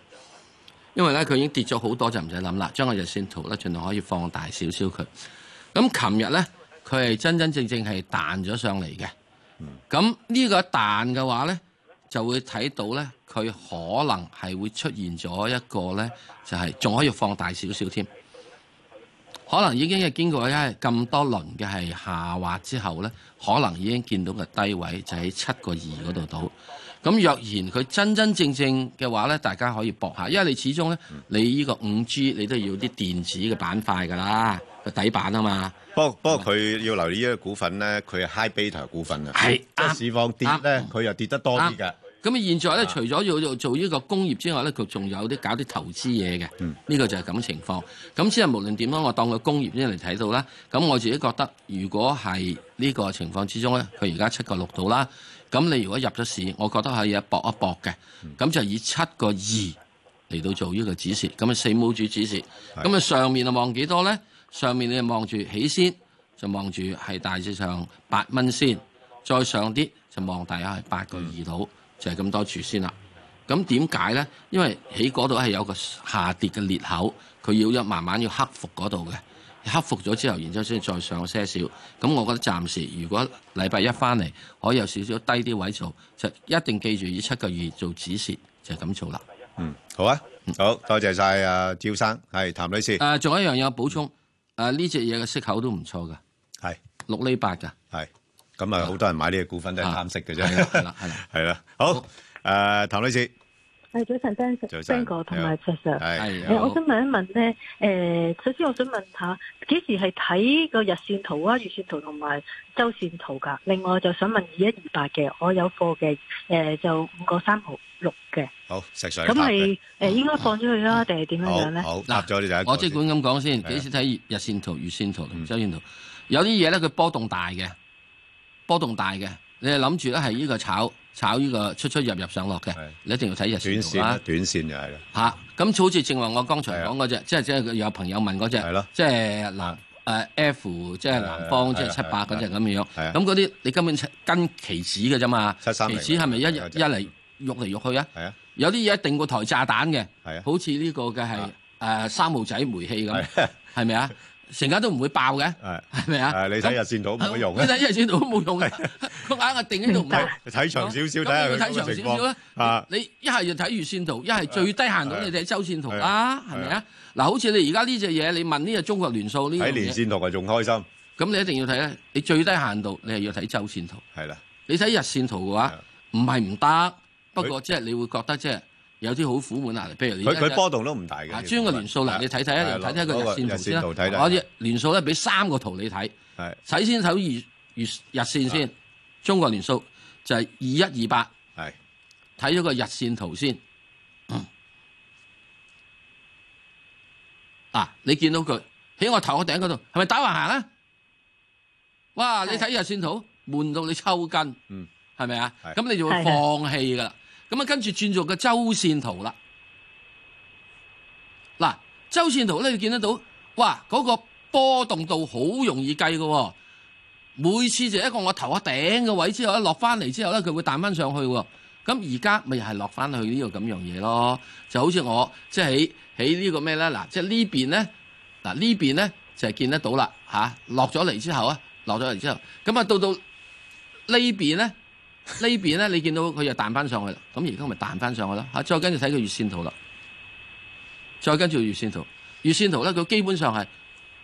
Speaker 2: 因為咧佢已經跌咗好多就唔使諗啦，將個日線圖咧盡量可以放大少少佢。咁琴日咧，佢係真真正正係彈咗上嚟嘅。
Speaker 1: 嗯
Speaker 2: 咁呢個彈嘅話咧，就會睇到咧，佢可能係會出現咗一個咧，就係、仲可以放大少少添。可能已經係經過因為咁多輪嘅係下滑之後呢，可能已經見到個低位就喺七個二嗰度到。咁若然佢真真正正嘅話呢，大家可以搏下，因為你始終呢，你呢個五 G 你都要啲電子嘅板塊㗎啦，個底板啊嘛，
Speaker 1: 不過不過佢要留意呢個股份咧，佢係 high beta 股份啊，
Speaker 2: 係
Speaker 1: 即係
Speaker 2: 啱
Speaker 1: 市況跌咧，佢又跌得多啲嘅，
Speaker 2: 咁啊，現在咧，
Speaker 1: 啊
Speaker 2: 除咗要做做呢個工業之外咧，佢仲有啲搞啲投資嘢嘅。呢、
Speaker 1: 嗯
Speaker 2: 個就係咁情況。咁之後無論點樣，我當佢工業先嚟睇到啦。咁我自己覺得，如果係呢個情況之中咧，佢而家七個六度啦。咁你如果入咗市，我覺得係有搏一搏嘅。
Speaker 1: 嗯
Speaker 2: 咁就以七個二嚟到做呢個指示，咁啊四毛主指示。咁啊上面啊望幾多咧？上面你就望住起先，就望住係大致上八蚊先，再上啲就望大約係八個二度，就係咁多處先啦。咁點解呢？因為喺嗰度係有個下跌嘅裂口，佢要一慢慢要克服嗰度嘅。克服咗之後，然之後先再上些少。咁我覺得暫時，如果禮拜一翻嚟可以有少少低啲位做，就一定記住以七個二做止蝕，就係咁做啦。
Speaker 1: 嗯，好啊，好多謝晒啊，趙生，係譚女士
Speaker 2: 誒、，呃仲有一樣嘢我補
Speaker 1: 嗯
Speaker 2: 充，誒呢只嘢嘅息口都唔錯㗎，
Speaker 1: 係
Speaker 2: 六厘八㗎。
Speaker 1: 係，咁啊，好多人買呢個股份都係貪息嘅
Speaker 2: 係啦係
Speaker 1: 啫
Speaker 2: 啦係啦，
Speaker 1: *laughs* 係啦，好，誒，譚女士，
Speaker 8: 係哎早晨，Ben
Speaker 1: 早晨
Speaker 8: Ben 哥同埋
Speaker 1: 你
Speaker 8: Sir Sir。
Speaker 1: 係
Speaker 2: 係
Speaker 8: 誒，我想問一問咧，誒，首先我想問下，幾時係睇個日線圖啊、月線圖同埋周線圖㗎？另外就想問二一二八嘅，我有貨嘅，誒，就五個三毫六嘅，
Speaker 1: 好，石 Sir，
Speaker 8: 咁
Speaker 1: 答你
Speaker 8: 係誒應該放咗佢啦，定係點樣樣咧？
Speaker 1: 嗯好好答咗你就一個
Speaker 2: 我即管咁講先，
Speaker 1: 係啊
Speaker 2: 幾時睇日線圖、月線圖同
Speaker 1: 嗯
Speaker 2: 周線圖？有啲嘢咧，佢波動大嘅，波動大嘅，你係諗住咧係呢個炒炒呢個出出入入上落嘅
Speaker 1: 係，
Speaker 2: 你一定要睇日
Speaker 1: 短
Speaker 2: 線圖
Speaker 1: 線
Speaker 2: 啦
Speaker 1: 啦，。短線就係啦，
Speaker 2: 嚇，咁好似正話我剛才
Speaker 1: 係啊
Speaker 2: 講嗰只，即係即係有朋友問嗰只
Speaker 1: 係咯，
Speaker 2: 即係南誒 F，即係南方即
Speaker 1: 係啊
Speaker 2: 係七八嗰只
Speaker 1: 係
Speaker 2: 咁樣樣。
Speaker 1: 係啊
Speaker 2: 咁嗰啲你根本跟期指嘅啫嘛，期
Speaker 1: 730
Speaker 2: 指係咪一日
Speaker 1: 嗰隻
Speaker 2: 一嚟喐嚟喐去啊？
Speaker 1: 係啊，
Speaker 2: 有啲嘢一定過台炸彈嘅，
Speaker 1: 係啊
Speaker 2: 好似呢個嘅係
Speaker 1: 啊
Speaker 2: 誒三號仔煤氣咁，
Speaker 1: 係 *laughs*
Speaker 2: 係咪啊？成家都唔會爆嘅，
Speaker 1: 係
Speaker 2: 係咪啊？
Speaker 1: 誒，你睇日線圖冇乜用
Speaker 2: *laughs* 你
Speaker 1: 啊，
Speaker 2: 睇日線圖都冇用嘅， *laughs* 佢硬係定喺度唔係。
Speaker 1: 睇長少少睇下
Speaker 2: 咁
Speaker 1: 佢咁嘅
Speaker 2: 啊你要睇長
Speaker 1: 情
Speaker 2: 少少
Speaker 1: 況
Speaker 2: 啦。
Speaker 1: 啊，
Speaker 2: 你一係就睇月線圖，一係最低限度你睇周線圖啦，
Speaker 1: 係
Speaker 2: 係咪啊？嗱，好似你而家呢只嘢，你問呢個中國聯數呢樣
Speaker 1: 睇連
Speaker 2: 嘢，
Speaker 1: 線圖啊仲開心，
Speaker 2: 咁你一定要睇咧。你最低限度你係要睇周線圖，
Speaker 1: 係啦，
Speaker 2: 你睇日線圖嘅話
Speaker 1: 啊
Speaker 2: 唔係唔得，不過即係你會覺得即係有啲好苦悶啊。譬如你
Speaker 1: 佢
Speaker 2: 一
Speaker 1: 佢波動都唔大嘅，
Speaker 2: 啊，專個聯數嗱，你睇睇
Speaker 1: 係
Speaker 2: 啊，
Speaker 1: 啊
Speaker 2: 你睇睇個
Speaker 1: 攞
Speaker 2: 日
Speaker 1: 個
Speaker 2: 線圖先
Speaker 1: 日線圖睇
Speaker 2: 啦。
Speaker 1: 睇
Speaker 2: 我啲聯數咧俾三個圖你睇，
Speaker 1: 係
Speaker 2: 首先睇月月日線
Speaker 1: 啊
Speaker 2: 先，中國聯數就係二一二八。
Speaker 1: 係
Speaker 2: 睇咗個日線圖先。嗯啊，你見到佢喺我頭殼頂嗰度，係咪打橫行啊？哇！你睇日線圖，悶到你抽筋，
Speaker 1: 嗯，
Speaker 2: 係咪啊？
Speaker 1: 係
Speaker 2: 咁你就會
Speaker 8: 係
Speaker 2: 放棄噶啦。咁啊，跟住轉做個周線圖啦。嗱，周線圖咧，你見得到，哇！嗰、個波動度好容易計嘅喎、每次就一個我頭殼頂嘅位之後咧，落翻嚟之後咧，佢會彈翻上去喎。咁而家咪又係落翻去呢個咁樣嘢咯，就好似我即係喺喺呢個咩咧嗱，即係呢邊咧嗱呢邊咧就係見得到啦嚇，落咗嚟之後啊，落咗嚟之後，咁啊到到呢邊咧呢邊咧，你見到佢又彈翻上去啦，咁而家咪彈翻上去啦嚇，再跟住睇個月線圖啦，再跟住月線圖，月線圖咧佢基本上係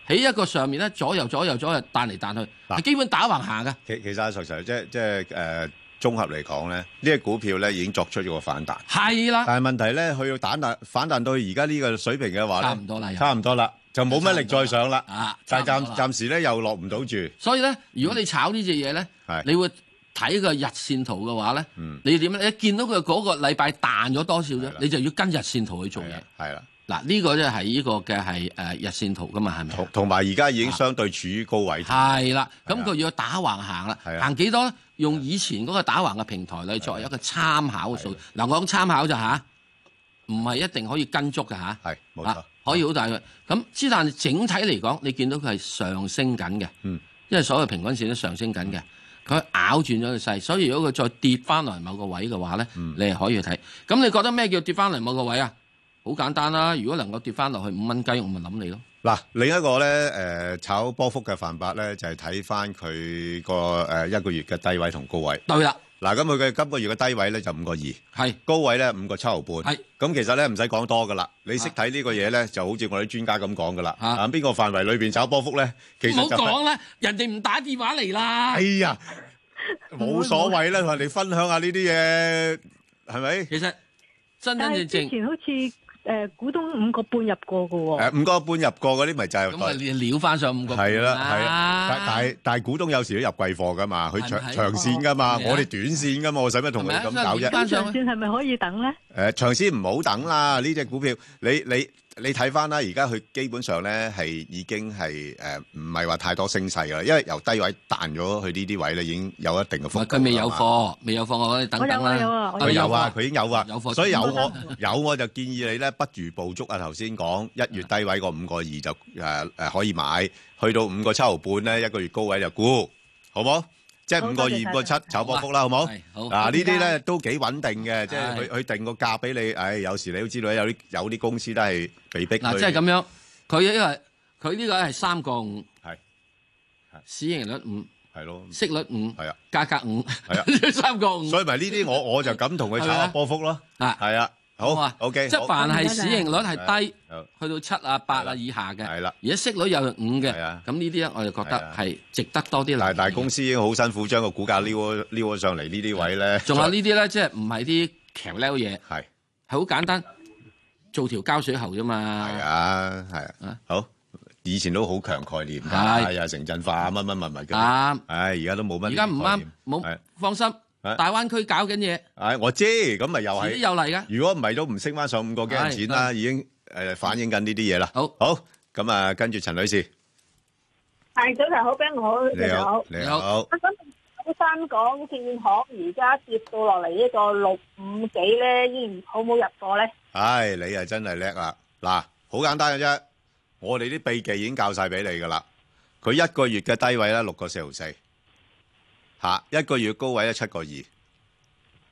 Speaker 2: 喺一個上面咧左右左右左右彈嚟彈去，
Speaker 1: 嗱
Speaker 2: 係基本打橫行嘅，
Speaker 1: 其其實阿石 Sir 即即誒綜合嚟講咧，呢只股票咧已經作出咗個反彈。
Speaker 2: 係啦，
Speaker 1: 但係問題咧，去到反彈反彈到而家呢個水平嘅話咧，
Speaker 2: 差唔多啦又
Speaker 1: 差唔多啦，就冇乜力再上啦。
Speaker 2: 啊，
Speaker 1: 但係
Speaker 2: 差唔多
Speaker 1: 暫
Speaker 2: 啦
Speaker 1: 暫時咧又落唔到住，
Speaker 2: 所以咧，如果你炒呢只嘢咧
Speaker 1: 係，
Speaker 2: 你會睇個日線圖嘅話咧，
Speaker 1: 嗯
Speaker 2: 你要點咧？一見到佢嗰個禮拜彈咗多少
Speaker 1: 係
Speaker 2: 啫
Speaker 1: 啦，
Speaker 2: 你就要跟日線圖去做
Speaker 1: 係啊
Speaker 2: 嘢
Speaker 1: 啦。係啦，
Speaker 2: 嗱，呢個就係呢個嘅係誒日線圖噶嘛，係咪
Speaker 1: 同
Speaker 2: 啊？
Speaker 1: 同埋而家已經相對處於高位。
Speaker 2: 係啦，
Speaker 1: 係啊
Speaker 2: 咁佢要打橫行啦，
Speaker 1: 係啊啊
Speaker 2: 行幾多咧？用以前嗰個打橫嘅平台嚟作為一個參考嘅數。嗱，我講參考咋吓，唔係一定可以跟足嘅吓。
Speaker 1: 係冇錯
Speaker 2: 啊，，可以好大嘅。咁之但係整體嚟講，你見到佢係上升緊嘅，
Speaker 1: 嗯
Speaker 2: 因為所有平均線都上升緊嘅，佢咬轉咗個勢，所以如果佢再跌翻嚟某個位嘅話咧，
Speaker 1: 嗯
Speaker 2: 你係可以睇。咁你覺得咩叫跌翻嚟某個位啊？好簡單啦，如果能夠跌翻落去五蚊雞，我咪諗你咯。
Speaker 1: 嗱，另一個咧，誒、炒波幅嘅辦法咧，就係睇翻佢個誒一個月嘅低位同高位。
Speaker 2: 對啦，
Speaker 1: 嗱，咁佢嘅今個月嘅低位咧就五個二，
Speaker 2: 係
Speaker 1: 高位咧五個七毫半。
Speaker 2: 係
Speaker 1: 咁其實咧唔使講多噶啦，你識睇呢個嘢咧，就好似我啲專家咁講噶啦。
Speaker 2: 啊
Speaker 1: 啊，邊個範圍裏邊炒波幅咧？其
Speaker 2: 唔
Speaker 1: 實
Speaker 2: 好
Speaker 1: 就係
Speaker 2: 講啦，人哋唔打電話嚟啦 *laughs*
Speaker 1: 哎。呀，冇所謂啦，同人哋分享下呢啲嘢，係咪？
Speaker 2: 其實真真
Speaker 8: 但係
Speaker 2: 正
Speaker 8: 之
Speaker 2: 正
Speaker 8: 前好似誒股東五個半入過嘅喎，
Speaker 1: 誒，五個半入過嗰啲咪就係
Speaker 2: 咁啊，你撩翻上五個半
Speaker 1: 係啦，係啦，但但但係股東有時都入貴貨噶嘛，佢
Speaker 2: 係咪
Speaker 1: 長長線噶嘛，
Speaker 2: 係啊
Speaker 1: 我哋短線噶嘛，我使乜同佢
Speaker 2: 係咪啊
Speaker 1: 咁搞
Speaker 2: 所以
Speaker 1: 啫
Speaker 2: 點？解
Speaker 8: 咁上線係咪可以等咧？
Speaker 1: 誒，長線唔好等啦，呢只股票你你你睇翻啦，而家佢基本上咧係已經係誒唔係話太多升勢噶啦，因為由低位彈咗去呢啲位咧，已經有一定嘅幅
Speaker 2: 唔係
Speaker 1: 度。
Speaker 2: 佢未有，貨，未有貨，我哋等等啦。
Speaker 8: 我有啊
Speaker 1: 佢有啊，佢已經有啊，
Speaker 2: 有貨
Speaker 1: 所以有
Speaker 2: 先
Speaker 1: 我有我就建議你咧，不如捕捉啊頭先講一月低位個五個二就誒誒、呃可以買，去到五個七毫半咧一個月高位就沽，好冇？即係
Speaker 8: 好
Speaker 1: 五個
Speaker 8: 多謝
Speaker 1: 二
Speaker 8: 晒
Speaker 1: 五個七炒波幅啦，好冇？
Speaker 2: 係好
Speaker 1: 啊！呢啲
Speaker 8: 點
Speaker 1: 咧
Speaker 8: 解
Speaker 1: 都幾穩定嘅，即係佢佢定個價俾你。唉，有時你都知道有啲有啲公司都係被逼
Speaker 2: 嗱，
Speaker 1: 去
Speaker 2: 即係咁樣，佢因為佢呢個係三個五，
Speaker 1: 係係
Speaker 2: 市盈率五，
Speaker 1: 係咯，
Speaker 2: 息率五，
Speaker 1: 係啊，
Speaker 2: 價格五，
Speaker 1: 係
Speaker 2: 啊， *laughs* 三個五。
Speaker 1: 所以咪呢啲我我就咁同佢炒
Speaker 2: 係咪
Speaker 1: 下
Speaker 2: 啊
Speaker 1: 波幅咯。
Speaker 2: 啊
Speaker 1: 係啊，
Speaker 2: 好
Speaker 1: 好
Speaker 2: 啊
Speaker 1: OK，
Speaker 2: 即係
Speaker 1: 好
Speaker 2: 凡係市盈率係低，
Speaker 1: 好
Speaker 2: 去到七啊八
Speaker 1: 係啦
Speaker 2: 啊以下嘅，
Speaker 1: 係啦。
Speaker 2: 而家息率又係五嘅，
Speaker 1: 係啊
Speaker 2: 咁呢啲咧我就覺
Speaker 1: 係啊
Speaker 2: 得係值得多啲留
Speaker 1: 但係
Speaker 2: 意。
Speaker 1: 大公司已經好辛苦將個股價撩咗撩咗上嚟呢啲位咧，
Speaker 2: 仲有呢啲咧，即係唔係啲橋溜嘢，係
Speaker 1: 係
Speaker 2: 好簡單，做條膠水喉啫嘛。
Speaker 1: 係啊係啊
Speaker 2: 啊，
Speaker 1: 好以前都好強概念㗎，
Speaker 2: 係
Speaker 1: 係啊城鎮化乜乜乜乜嘅，
Speaker 2: 啱，
Speaker 1: 唉而家都冇乜
Speaker 2: 而
Speaker 1: 呢啲概念，
Speaker 2: 家唔啱，
Speaker 1: 係
Speaker 2: 冇放心，
Speaker 1: 係
Speaker 2: 大灣區搞緊嘢，
Speaker 1: 唉我知咁咪又
Speaker 2: 遲
Speaker 1: 係
Speaker 2: 啲。有嚟噶。
Speaker 1: 如果唔係都唔升翻上五個幾銀錢啦，已經誒反映緊呢啲嘢啦。
Speaker 2: 好
Speaker 1: 好，咁啊，跟住陳女士，
Speaker 4: 係早晨好，俾我
Speaker 1: 你好，你好，
Speaker 4: 我想九三港建行而家跌到落嚟呢個六五幾咧，依然好冇入貨咧？
Speaker 1: 唉，你啊真係叻啦！嗱，好簡單嘅啫，我哋啲秘技已經教晒俾你噶啦。佢一個月嘅低位咧六個四毫四，嚇一個月高位咧七個二，係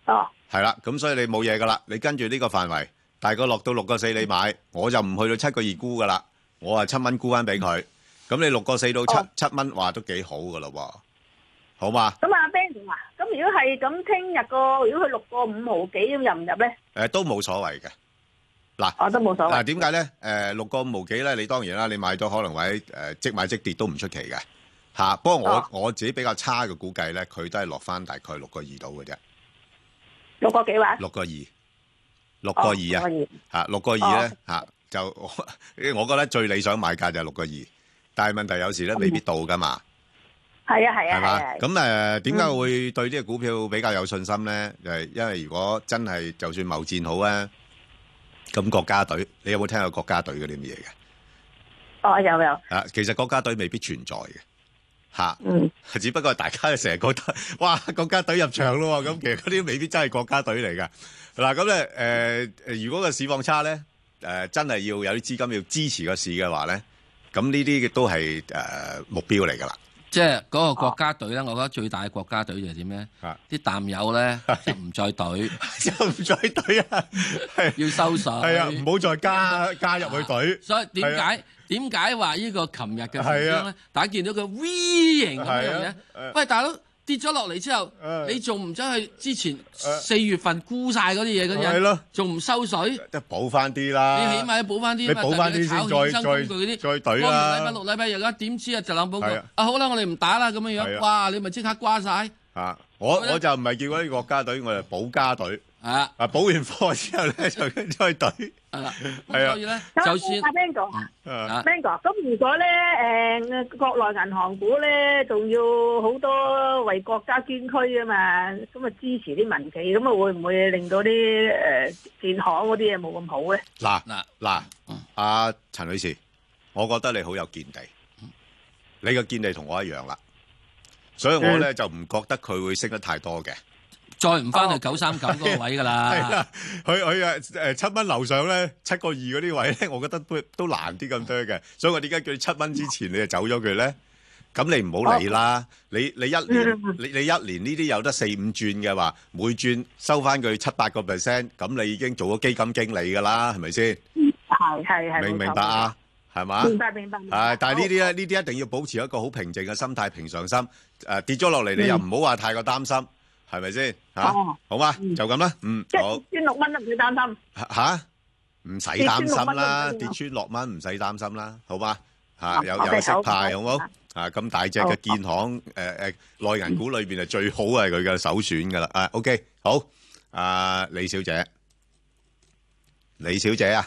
Speaker 4: 哦，
Speaker 1: 啦，咁所以你冇嘢噶啦，你跟住呢個範圍，大概落到六個四你買，我就唔去到七個二沽噶啦，我啊七蚊沽翻俾佢，咁你六個四到七
Speaker 4: 哦
Speaker 1: 七蚊，話都幾好噶啦喎，好嘛？
Speaker 4: 咁啊 Ben 啊，咁如果係咁，聽日個如果佢六個五毫幾咁入唔入咧？
Speaker 1: 誒都冇所謂嘅。嗱
Speaker 4: 我都冇所
Speaker 1: 嗱
Speaker 4: 謂。
Speaker 1: 啊點解咧？誒六個五毫幾咧，你當然啦，你買咗可能或者誒即買即跌都唔出奇嘅嚇、不過我、
Speaker 4: 哦
Speaker 1: 我自己比較差嘅估計咧，佢都係落翻大概六個二度嘅啫，
Speaker 4: 啊六個幾話？
Speaker 1: 六個二，六
Speaker 4: 哦
Speaker 1: 個二啊
Speaker 4: 六哦
Speaker 1: 嚇，六個二咧嚇就 *laughs* 我我覺得最理想買價就係六個二，但係問題有時咧未必到噶嘛。
Speaker 4: 個二係啊嗯係
Speaker 1: 係
Speaker 4: 啊
Speaker 1: 嘛？
Speaker 4: 係啊。
Speaker 1: 咁誒，呃點解會對呢個股票比較有信心咧？就係因為如果真係就算貿戰好啊，咁國家隊，你有冇聽過國家隊嗰啲咁嘢嘅？
Speaker 4: 哦有有，
Speaker 1: 啊，其實國家隊未必存在嘅，嚇、
Speaker 4: 嗯，
Speaker 1: *laughs* 只不過大家成日覺得， *laughs* 哇，國家隊入場咯喎，咁其 *laughs* 實嗰啲未必真係國家隊嚟噶。嗱，咁咧誒，如果個市況差咧，誒、真係要有啲資金要支持個市嘅話咧，咁呢啲都係誒、呃目標嚟㗎啦。 *laughs*
Speaker 2: 即係嗰個國家隊咧，我覺得最大嘅國家隊就係點咧
Speaker 1: 啊？
Speaker 2: 啲淡
Speaker 1: *laughs*
Speaker 2: 友咧就唔再隊，
Speaker 1: 就唔再隊
Speaker 2: *laughs*
Speaker 1: 啊，係
Speaker 2: 要收
Speaker 1: *laughs*
Speaker 2: 水。
Speaker 1: 係啊，唔好再加加入去隊。
Speaker 2: 所以點
Speaker 1: 係
Speaker 2: 解點解話呢個琴日嘅
Speaker 1: 係啊
Speaker 2: 盤中咧，大家見到佢 V 型
Speaker 1: 係
Speaker 2: 咁樣
Speaker 1: 啊
Speaker 2: 嘢
Speaker 1: 誒？
Speaker 2: 喂，大佬跌咗落嚟之後
Speaker 1: 誒，
Speaker 2: 你仲唔走去之前
Speaker 1: 誒
Speaker 2: 四月份沽晒嗰啲嘢嗰啲
Speaker 1: 係
Speaker 2: 人
Speaker 1: 咯，
Speaker 2: 仲唔收水？
Speaker 1: 即係補翻啲啦。
Speaker 2: 你起碼要補翻啲
Speaker 1: 你
Speaker 2: 啊嘛，
Speaker 1: 補翻啲
Speaker 2: 特
Speaker 1: 先
Speaker 2: 別係炒
Speaker 1: 再
Speaker 2: 衍生工具嗰
Speaker 1: 再
Speaker 2: 啲，
Speaker 1: 再懟啦
Speaker 2: 當年禮拜六、禮拜日啊，點知啊特朗普
Speaker 1: 係
Speaker 2: 講
Speaker 1: 啊
Speaker 2: 啊好啦，我哋唔打啦咁樣
Speaker 1: 係
Speaker 2: 樣，
Speaker 1: 啊
Speaker 2: 哇！你咪即刻瓜晒
Speaker 1: 啊，我
Speaker 2: 所以咧
Speaker 1: 我就唔係叫嗰啲國家隊，我係保家隊。
Speaker 2: 啊！
Speaker 1: 啊，保完貨之後咧就跟再隊。
Speaker 2: 係啦，
Speaker 1: 係
Speaker 2: 咁
Speaker 1: 啊
Speaker 2: 所以咧，就
Speaker 4: 咁阿
Speaker 2: 算
Speaker 4: Ben 哥
Speaker 1: 啊，
Speaker 2: 啊
Speaker 4: ，Ben 哥，咁如果咧誒國內銀行股咧，仲要好多為國家捐軀啊嘛，咁啊支持啲民企，咁啊會唔會令到啲誒建行嗰啲嘢冇咁好咧？
Speaker 1: 嗱
Speaker 2: 嗱
Speaker 1: 嗱，阿陳女士，我覺得你好有見地，你個見地同我一樣啦，所以我咧就唔覺得佢會升得太多嘅。
Speaker 2: 再唔翻去九三九嗰個位
Speaker 1: *laughs*
Speaker 2: 㗎
Speaker 1: 係
Speaker 2: 啦，
Speaker 1: 啦，佢佢啊誒七蚊樓上咧七個二嗰啲位咧，我覺得都都難啲咁多嘅，所以我點解叫你七蚊之前你就走咗佢咧？咁你唔好理啦，你你一年你你一年呢啲有得四五轉嘅話，每轉收翻佢七八個 percent，咁你已經做咗基金經理噶啦，係咪先？
Speaker 4: 係係係，
Speaker 1: 明唔
Speaker 4: 冇錯
Speaker 1: 明白？啊？係嘛？
Speaker 4: 明白明白。明白
Speaker 1: 係，但係呢啲咧，呢啲一定要保持一個好平靜嘅心態、平常心。誒跌咗落嚟，你又唔好話太過擔心，係咪先？嚇，
Speaker 4: 哦
Speaker 1: 好嘛，就咁啦。嗯，
Speaker 4: 即
Speaker 1: 啊好
Speaker 4: 係。穿六蚊都唔使擔心。
Speaker 1: 吓？唔使擔心啦，跌
Speaker 4: 跌
Speaker 1: 穿六蚊唔使擔心啦，好嘛？吓
Speaker 4: 啊
Speaker 1: 有
Speaker 4: 好
Speaker 1: 有息
Speaker 4: 好
Speaker 1: 派，好
Speaker 4: 好
Speaker 1: 冇
Speaker 4: 好？
Speaker 1: 啊咁大隻嘅建行，誒誒內銀股裏邊係最好係佢嘅首選噶啦。啊，OK，好，啊李小姐，李小姐啊，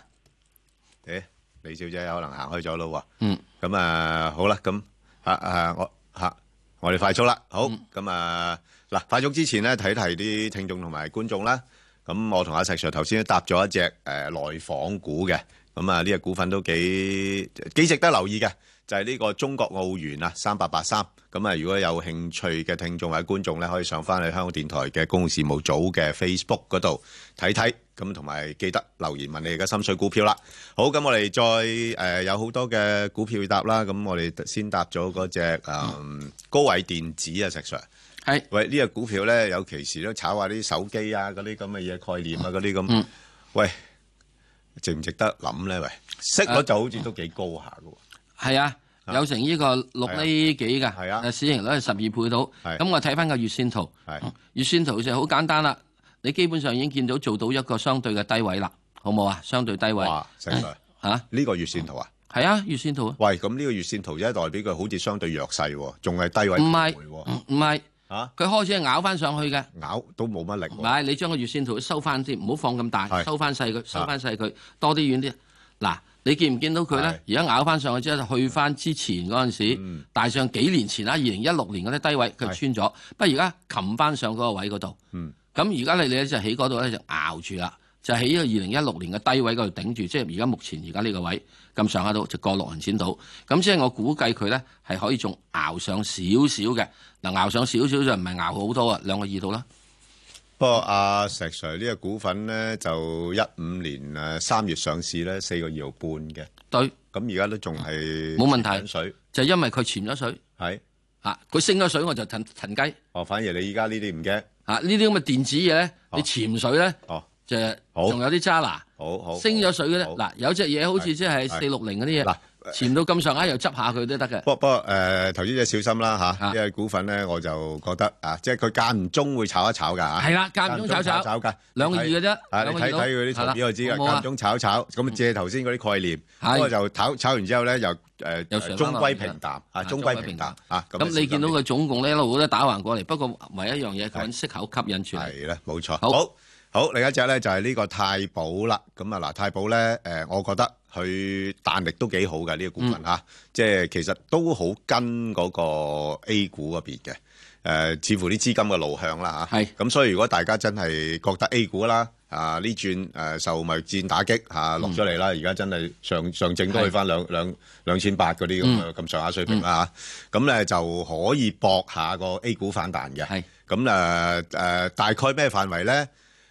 Speaker 1: 誒李小姐可能行開咗咯喎。
Speaker 2: 嗯，
Speaker 1: 咁啊好啦，咁啊啊我嚇我哋快速啦，好咁啊嗱，快速之前咧睇睇啲聽眾同埋觀眾啦。咁我同阿石 Sir 頭先都答咗一隻誒內房股嘅，咁啊，呢只股份都幾幾值得留意嘅，就係呢個中國澳元啊，三八八三。咁啊，如果有興趣嘅聽眾或者觀眾咧，可以上翻去香港電台嘅公共事務組嘅 Facebook 嗰度睇睇。咁同埋記得留言問你哋嘅心水股票啦。好，咁我哋再誒、呃有好多嘅股票要答啦。咁我哋先答咗嗰只誒高偉電子啊，石 Sir。
Speaker 2: 係
Speaker 1: 喂，呢、個股票咧，有其時都炒下啲手機啊，嗰啲咁嘅嘢概念啊，嗰啲咁。
Speaker 2: 嗯
Speaker 1: 喂，值唔值得諗咧？喂，息率
Speaker 2: 呃
Speaker 1: 就好似都幾高下嘅喎。
Speaker 2: 係啊，
Speaker 1: 啊
Speaker 2: 有成呢個六厘幾㗎，
Speaker 1: 係啊
Speaker 2: 誒市盈率係十二倍到。
Speaker 1: 係
Speaker 2: 咁我睇翻個月線圖，
Speaker 1: 係
Speaker 2: 月線圖就好簡單啦。你基本上已經見到做到一個相對嘅低位啦，好冇啊？相對低位
Speaker 1: 哇，石
Speaker 2: 嗯
Speaker 1: Sir，
Speaker 2: 嚇，
Speaker 1: 呢個月線圖啊，
Speaker 2: 係啊，月線圖啊，
Speaker 1: 喂，咁呢個月線圖一代表佢好似相對弱勢喎，仲係低位
Speaker 2: 唔
Speaker 1: 徘
Speaker 2: 係嗯
Speaker 1: 徊喎
Speaker 2: 唔唔係
Speaker 1: 嚇
Speaker 2: 佢開始係咬翻上去嘅。
Speaker 1: 咬都冇乜力
Speaker 2: 唔
Speaker 1: 喎，
Speaker 2: 係，你將個月線圖收翻先，唔好放咁大，
Speaker 1: 係啊
Speaker 2: 收翻細佢，收翻細佢，多啲遠啲。嗱，你見唔見到佢咧？而家咬翻上去之後，去翻之前嗰陣
Speaker 1: 嗯
Speaker 2: 時，大上幾年前啊啦，二零一六年嗰啲低位佢穿咗，不過而家擒翻上嗰個位嗰度。
Speaker 1: 嗯
Speaker 2: 咁而家你你就喺嗰度咧就咬住啦，就喺呢個二零一六年嘅低位嗰度頂住，即係而家目前而家呢個位咁上下度就過六銀錢度。咁即係我估計佢咧係可以仲咬上少少嘅。嗱，咬上少少就唔係咬好多啊，兩個二度啦。
Speaker 1: 不過阿石 Sir 呢個股份咧就一五年誒三月上市咧四個二毫半嘅，
Speaker 2: 對。
Speaker 1: 咁而家都仲係
Speaker 2: 冇問題
Speaker 1: 潛緊水
Speaker 2: 就因為佢潛咗水
Speaker 1: 係，
Speaker 2: 啊，佢升咗水我就騰騰雞
Speaker 1: 哦，反而你依家呢啲唔驚，
Speaker 2: 啊！呢啲咁嘅電子嘢咧，
Speaker 1: 哦
Speaker 2: 你潛水咧
Speaker 1: 哦，
Speaker 2: 就
Speaker 1: 好
Speaker 2: 仲有啲渣拿
Speaker 1: 好好
Speaker 2: 升咗水嘅咧。
Speaker 1: 好
Speaker 2: 嗱，有隻嘢好似即係
Speaker 1: 係
Speaker 2: 四六零嗰啲嘢
Speaker 1: 嗱，
Speaker 2: 潛到咁上下又執下佢都得嘅。
Speaker 1: 不不過誒，投資者小心啦嚇，
Speaker 2: 啊
Speaker 1: 因為股份咧我就覺得啊，即係佢間唔中會炒一炒㗎嚇。
Speaker 2: 係啦，間唔中炒炒
Speaker 1: 㗎，
Speaker 2: 兩個二嘅啫，
Speaker 1: 啊，你
Speaker 2: 兩個
Speaker 1: 睇
Speaker 2: 二到
Speaker 1: 睇佢啲圖表就知
Speaker 2: 係啦好冇
Speaker 1: 啦，
Speaker 2: 啊
Speaker 1: 間中炒炒，咁啊借頭先嗰啲概念，
Speaker 2: 係
Speaker 1: 不過就炒炒完之後咧，又誒
Speaker 2: 又上返
Speaker 1: 中
Speaker 2: 落
Speaker 1: 歸
Speaker 2: 嚟
Speaker 1: 平淡啊，
Speaker 2: 啊
Speaker 1: 中
Speaker 2: 中
Speaker 1: 歸
Speaker 2: 歸
Speaker 1: 平
Speaker 2: 平
Speaker 1: 淡
Speaker 2: 淡
Speaker 1: 啊，
Speaker 2: 咁你見到
Speaker 1: 佢
Speaker 2: 佢總共呢一路都打橫過嚟，不過唯一一樣嘢佢
Speaker 1: 係
Speaker 2: 揾息口吸引住嚟。
Speaker 1: 係啦，冇錯，
Speaker 2: 好
Speaker 1: 好好另一隻咧就係呢個太保啦，咁啊嗱，太保咧誒，我覺得佢彈力都幾好嘅呢個股份
Speaker 2: 嗯
Speaker 1: 嚇，即係其實都好跟嗰個 A 股嗰邊嘅。誒、似乎啲資金嘅路向啦嚇，
Speaker 2: 係
Speaker 1: 咁所以如果大家真係覺得 A 股啦，啊呢轉誒受貿易戰打擊
Speaker 2: 嗯
Speaker 1: 嚇落咗嚟啦，而家、真係上上證都去翻兩兩兩千八嗰啲咁
Speaker 2: 嗯
Speaker 1: 嘅咁上下水平啦嚇，咁咧、就可以搏下個 A 股反彈嘅，
Speaker 2: 係
Speaker 1: 咁誒誒大概咩範圍咧？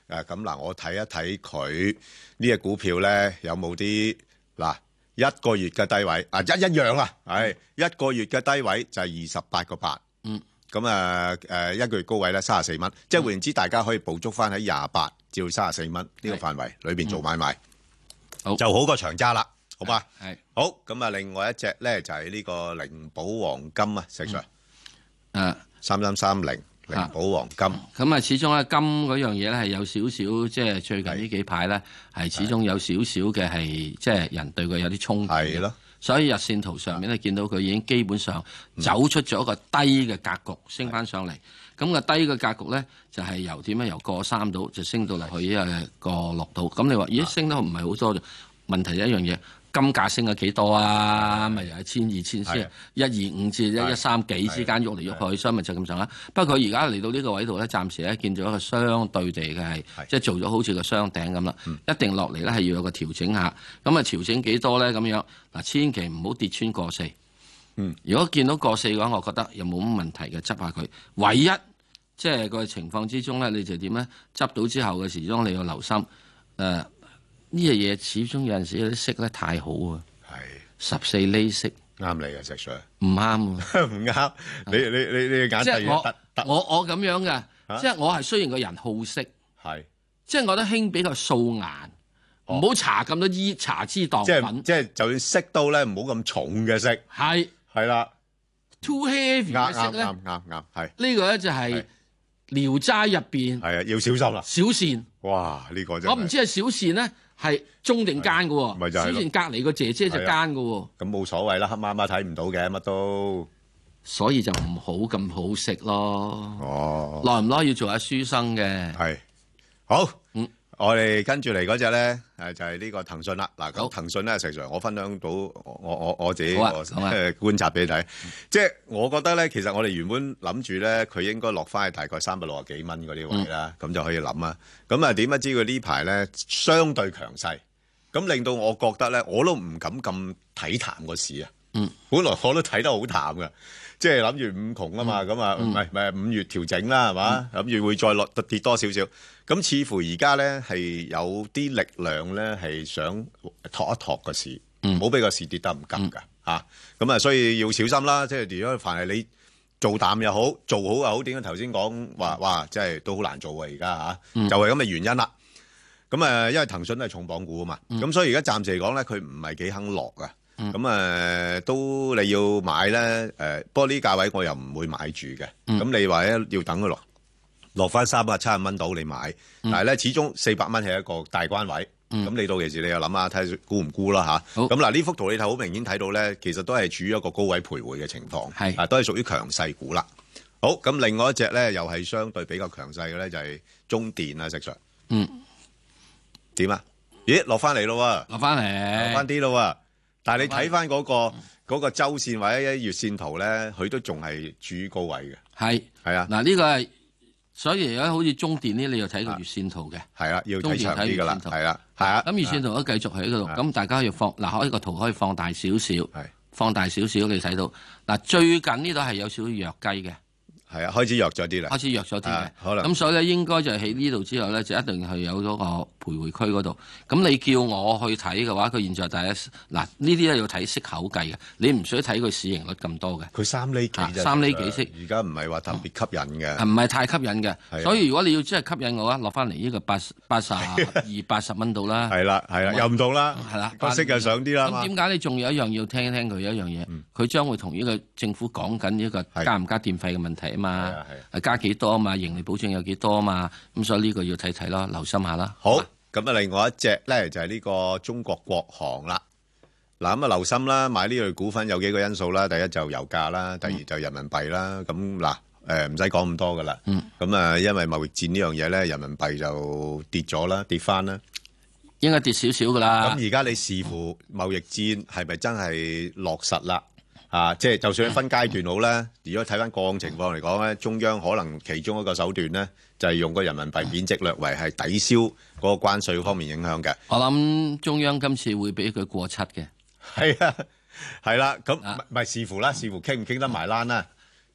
Speaker 1: 誒咁嗱，我睇一睇佢呢只股票咧有冇啲嗱一個月嘅低位啊一一樣啊，係一個月嘅低位就係二十八個八，
Speaker 2: 嗯，
Speaker 1: 咁啊誒一個月高位咧三十四蚊，即係換言之，大家可以捕捉翻喺廿八至到三十四蚊呢個
Speaker 2: 係
Speaker 1: 範圍裏邊做買賣，
Speaker 2: 好
Speaker 1: 就好過長揸啦，好嘛？
Speaker 2: 係
Speaker 1: 好，咁啊，另外一隻咧就係呢個靈寶黃金啊，石 Sir
Speaker 2: 誒。
Speaker 1: 三三三零靈寶黃金。
Speaker 2: 咁啊，始終咧金嗰樣嘢咧係有少少，即係最近呢幾排咧係始終有少少嘅係，即係人對佢有啲衝擊。
Speaker 1: 係咯，
Speaker 2: 所以日線圖上面咧見到佢已經基本上
Speaker 1: 嗯
Speaker 2: 走出咗一個低嘅格局，升翻上嚟。咁個低嘅格局咧就係由點咧？由過三度就升到落去誒過六度。咁你話咦升得唔係好多啫？問題一樣嘢，金價升咗幾多啊？咪由一千二
Speaker 1: 係
Speaker 2: 千先一二五至一一三幾之間喐
Speaker 1: 啊
Speaker 2: 嚟喐去，所以咪就咁上下。不過佢而家嚟到呢個位度咧，暫時咧見咗一個相對地嘅係
Speaker 1: 係，嗯
Speaker 2: 即係做咗好似個雙頂咁啦。一定落嚟咧係要有個調整下。咁啊調整幾多咧？咁樣嗱，千祈唔好跌穿過四。
Speaker 1: 嗯，
Speaker 2: 如果見到過四嘅話，我覺得又冇乜問題嘅，執下佢。唯一即係個情況之中咧，你就點咧？執到之後嘅時鐘你要留心。誒、呃呢樣嘢始終有陣時有啲息咧太好啊，
Speaker 1: 係
Speaker 2: 十四厘息
Speaker 1: 啱
Speaker 2: 啊
Speaker 1: 你嘅石 Sir。
Speaker 2: 唔啱啊。
Speaker 1: *laughs* 唔啱，你你你你嘅眼
Speaker 2: 即
Speaker 1: 睇
Speaker 2: 係
Speaker 1: 嘢
Speaker 2: 我
Speaker 1: 啊得啊得
Speaker 2: 我我咁樣嘅，即係我係雖然個人好色，
Speaker 1: 係，
Speaker 2: 即係我覺得興比較素顏，唔好搽咁多衣搽脂當
Speaker 1: 哦即係
Speaker 2: 粉，
Speaker 1: 即係就算識到咧，唔好咁重嘅色，
Speaker 2: 係
Speaker 1: 係啦，
Speaker 2: too heavy
Speaker 1: 啱
Speaker 2: 嘅色
Speaker 1: 啱
Speaker 2: 咧。
Speaker 1: 啱啱啱，係
Speaker 2: 呢個咧就係
Speaker 1: 係
Speaker 2: 《聊齋》入邊
Speaker 1: 係啊，要小心啦！
Speaker 2: 小善，
Speaker 1: 哇，呢個真
Speaker 2: 我唔
Speaker 1: 係
Speaker 2: 知係小善咧係中定奸
Speaker 1: 係
Speaker 2: 嘅喎，
Speaker 1: 咪就係
Speaker 2: 小
Speaker 1: 咯
Speaker 2: 善隔離個姐姐就
Speaker 1: 係啊
Speaker 2: 奸嘅喎，
Speaker 1: 咁冇所謂啦，黑媽媽睇唔到嘅乜都，
Speaker 2: 所以就唔好咁好食咯。
Speaker 1: 哦，
Speaker 2: 耐唔耐要做下書生嘅，
Speaker 1: 係好
Speaker 2: 嗯。
Speaker 1: 我哋跟住嚟嗰只咧，誒就係呢個騰訊啦。嗱，咁
Speaker 2: 好
Speaker 1: 騰訊咧，實際上我分享到我我我我自己
Speaker 2: 好啊
Speaker 1: 個
Speaker 2: 好啊
Speaker 1: 誒觀察俾你睇，即係我覺得咧，其實我哋原本諗住咧，佢應該落翻去大概三百六啊幾
Speaker 2: 嗯
Speaker 1: 啊蚊嗰啲位啦，咁、就可以諗啦。咁啊點不知佢呢排咧相對強勢，咁令到我覺得咧，我都唔敢咁睇淡個市啊。
Speaker 2: 嗯，
Speaker 1: 本來 *laughs* 我都睇得好淡嘅，即係諗住五窮啊
Speaker 2: 嗯
Speaker 1: 嘛，咁啊唔係唔係五月調整啦，係嘛？諗住會再落跌多少少。咁似乎而家咧係有啲力量咧係想托一托個市，唔好俾個市跌得唔急㗎嚇。咁啊，所以要小心啦。即係如果凡係你。做淡又好，做好又好，點解頭先講話哇，真係都好難做啊！而家
Speaker 2: 嗯
Speaker 1: 嚇，就係咁嘅原因啦。咁誒，呃因為騰訊都係重磅股啊嘛，
Speaker 2: 嗯
Speaker 1: 咁、所以而家暫時嚟講咧，佢唔係幾肯落啊。咁誒、呃都你要買咧，誒、不過呢價位我又唔會買住嘅。咁、
Speaker 2: 嗯
Speaker 1: 你話咧要等佢落落翻三百七十蚊到你買，但
Speaker 2: 嗯
Speaker 1: 係咧始終四百蚊係一個大關位。咁、你到其時你又諗下睇下估唔估啦吓，
Speaker 2: 好
Speaker 1: 咁嗱呢幅圖你睇好明顯睇到咧，其實都係處於一個高位徘徊嘅情況，
Speaker 2: 係
Speaker 1: 啊都係屬於強勢股啦。好，咁另外一隻咧又係相對比較強勢嘅咧就係、中電啊，石 Sir。
Speaker 2: 嗯。
Speaker 1: 點啊？咦，落翻嚟咯
Speaker 2: 落翻
Speaker 1: 喎，落翻
Speaker 2: 嚟，
Speaker 1: 啲咯喎。但係你睇翻嗰個嗰個周線或者月線圖咧，佢都仲係處於高位嘅。
Speaker 2: 係
Speaker 1: 係啊，
Speaker 2: 嗱呢個係，所以而家好似中電呢，你又睇個月線圖嘅。
Speaker 1: 係啦，要睇長啲㗎啦，
Speaker 2: 中電睇月線圖
Speaker 1: 係啦，係啊。
Speaker 2: 咁月線圖都繼續喺嗰度，
Speaker 1: 啊
Speaker 2: 咁大家要放嗱，可以個圖可以放大少少
Speaker 1: 係，
Speaker 2: 放大少少，你睇到嗱最近呢度係有少少弱雞嘅，
Speaker 1: 係啊，開始弱咗啲啦。
Speaker 2: 開始弱咗啲嘅
Speaker 1: 啊，可能
Speaker 2: 咁所以咧應該就係喺呢度之後咧，就一定係有咗個徘徊區嗰度。咁你叫我去睇嘅話，佢現在第一嗱呢啲咧要睇息口計嘅，你唔需要睇佢市盈率咁多嘅。
Speaker 1: 佢三厘幾啫，
Speaker 2: 啊三厘幾息哦
Speaker 1: 而家唔係話特別吸引
Speaker 2: 係
Speaker 1: 嘅，
Speaker 2: 唔係太吸引
Speaker 1: 係啊
Speaker 2: 嘅，所以如果你要真係吸引我啊，落翻嚟呢個八八十二八十蚊度啦，
Speaker 1: 係啦係啦，
Speaker 2: 咁啊
Speaker 1: 又唔同啦，
Speaker 2: 係啦
Speaker 1: 個息又上啲啦
Speaker 2: 咁
Speaker 1: 啊嘛，嗯
Speaker 2: 點解你仲有一樣要聽一聽佢有一樣嘢？佢將會同呢個政府講緊呢
Speaker 1: 係
Speaker 2: 個加唔加電費嘅問題啊
Speaker 1: 係
Speaker 2: 嘛
Speaker 1: 啊係，
Speaker 2: 係加幾多啊嘛，盈利保證有幾多啊嘛，咁所以呢個要睇睇咯，留心下啦。
Speaker 1: 好，咁啊，另外一隻咧就係呢個中國國航啦。嗱咁啊，留心啦，買呢類股份有幾個因素啦。第一就油價啦，第二就人民幣啦。咁嗱，誒唔使講咁多噶啦。咁啊，因為貿易戰呢樣嘢咧，人民幣就跌咗啦，跌翻啦。
Speaker 2: 應該跌少少噶啦，
Speaker 1: 咁而家你視乎貿易戰係咪真係落實啦？啊，即係就算分階段好啦。如果睇翻個案情況嚟講咧，中央可能其中一個手段咧，就係用個人民幣貶值略為係抵消嗰個關稅方面影響嘅。
Speaker 2: 我諗中央今次會俾佢過七嘅。
Speaker 1: 係啊，係啦，咁
Speaker 2: 啊
Speaker 1: 咪咪視乎啦，視乎傾唔傾得埋欄啦。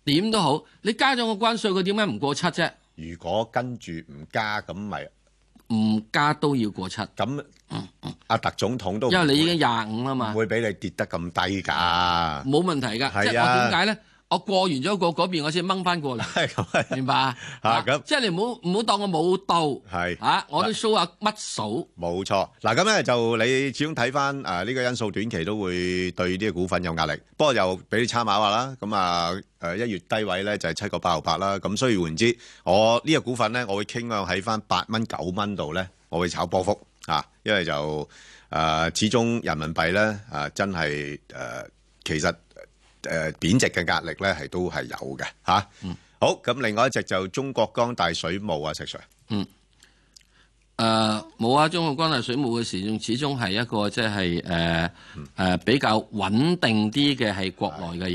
Speaker 2: 點都好，你加咗個關税，佢點解唔過七啫？
Speaker 1: 如果跟住唔加，咁咪
Speaker 2: 唔加都要過七，
Speaker 1: 咁，阿特總統都唔
Speaker 2: 因為你已經廿五啦
Speaker 1: 會唔
Speaker 2: 嘛，嗯
Speaker 1: 會俾你跌得咁低㗎？
Speaker 2: 冇問題㗎。即
Speaker 1: 係
Speaker 2: 係
Speaker 1: 啊
Speaker 2: 我點解咧？我過完咗過嗰邊，我先掹翻
Speaker 1: *laughs*
Speaker 2: 過嚟。
Speaker 1: 係咁啊，
Speaker 2: 明白啊
Speaker 1: 啊咁
Speaker 2: 即係你唔好唔好當我冇到，
Speaker 1: 係
Speaker 2: 啊，我都 show 下乜數，
Speaker 1: 冇錯。嗱，咁咧就你始終睇翻誒呢個因素，短期都會對呢個股份有壓力。不過又俾你參考下啦。咁啊誒一月低位咧就係七個八毫八啦。咁所以換言之，我呢個股份咧，我會傾向喺翻八蚊九蚊度咧，我會炒波幅啊，因為就誒、始終人民幣咧啊真係誒、呃其實誒、呃貶值嘅壓力咧係都係有嘅嚇。好，咁另外一隻就中國光大水務啊，石 Sir。
Speaker 2: 誒冇啊！中國關係水務嘅時仲始終係一個即係
Speaker 1: 嗯
Speaker 2: 誒誒比較穩定啲嘅係國內嘅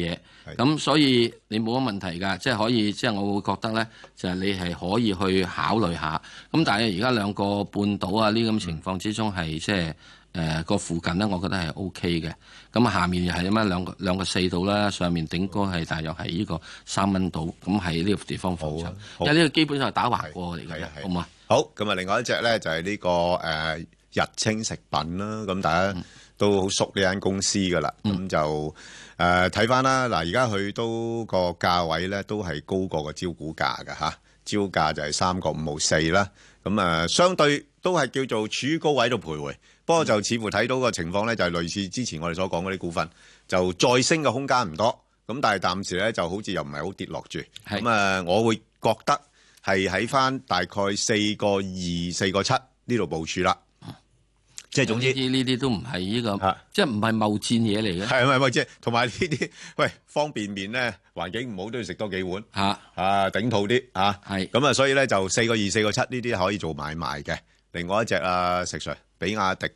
Speaker 1: 係
Speaker 2: 嘢，咁所以你冇乜問題㗎，即係可以即係我會覺得咧，就係你係可以去考慮下。咁但係而家兩個半島啊呢咁情況之中係即係誒個附近咧，我覺得係 O K 嘅。咁下面又係咁啊兩個兩個四度啦，上面頂高係大約係呢個三蚊度，咁喺呢個地方浮
Speaker 1: 好
Speaker 2: 沉
Speaker 1: 啊，好
Speaker 2: 因為呢個基本上係打橫過嚟
Speaker 1: 係
Speaker 2: 㗎
Speaker 1: 係
Speaker 2: 啫
Speaker 1: 啊，係啊
Speaker 2: 好嘛？
Speaker 1: 好，咁啊，另外一隻咧就係呢、個呃日清食品啦，咁大家都好熟呢間公司噶啦，咁、就誒睇翻啦，嗱而家佢都個價位咧都係高過個招股價嘅嚇，招價就係三個五毫四啦，咁啊、呃相對都係叫做處於高位度徘徊，不過就似乎睇到個情況咧就係類似之前我哋所講嗰啲股份，就再升嘅空間唔多，咁但係暫時咧就好似又唔係好跌落住，
Speaker 2: 係
Speaker 1: 咁啊、呃我會覺得。係喺翻大概四個二、四個七呢度部署啦。即係總之
Speaker 2: 呢啲呢啲都唔係呢個
Speaker 1: 啊，
Speaker 2: 即係唔係貿戰嘢嚟嘅
Speaker 1: *laughs* 係咪咪即係同埋呢啲喂方便面咧，環境唔好都要食多幾碗
Speaker 2: 嚇，
Speaker 1: 啊，頂肚啲啊。
Speaker 2: 係
Speaker 1: 咁啊，所以咧就四個二、四個七呢啲可以做買賣嘅。另外一隻啊，石 Sir，比亞迪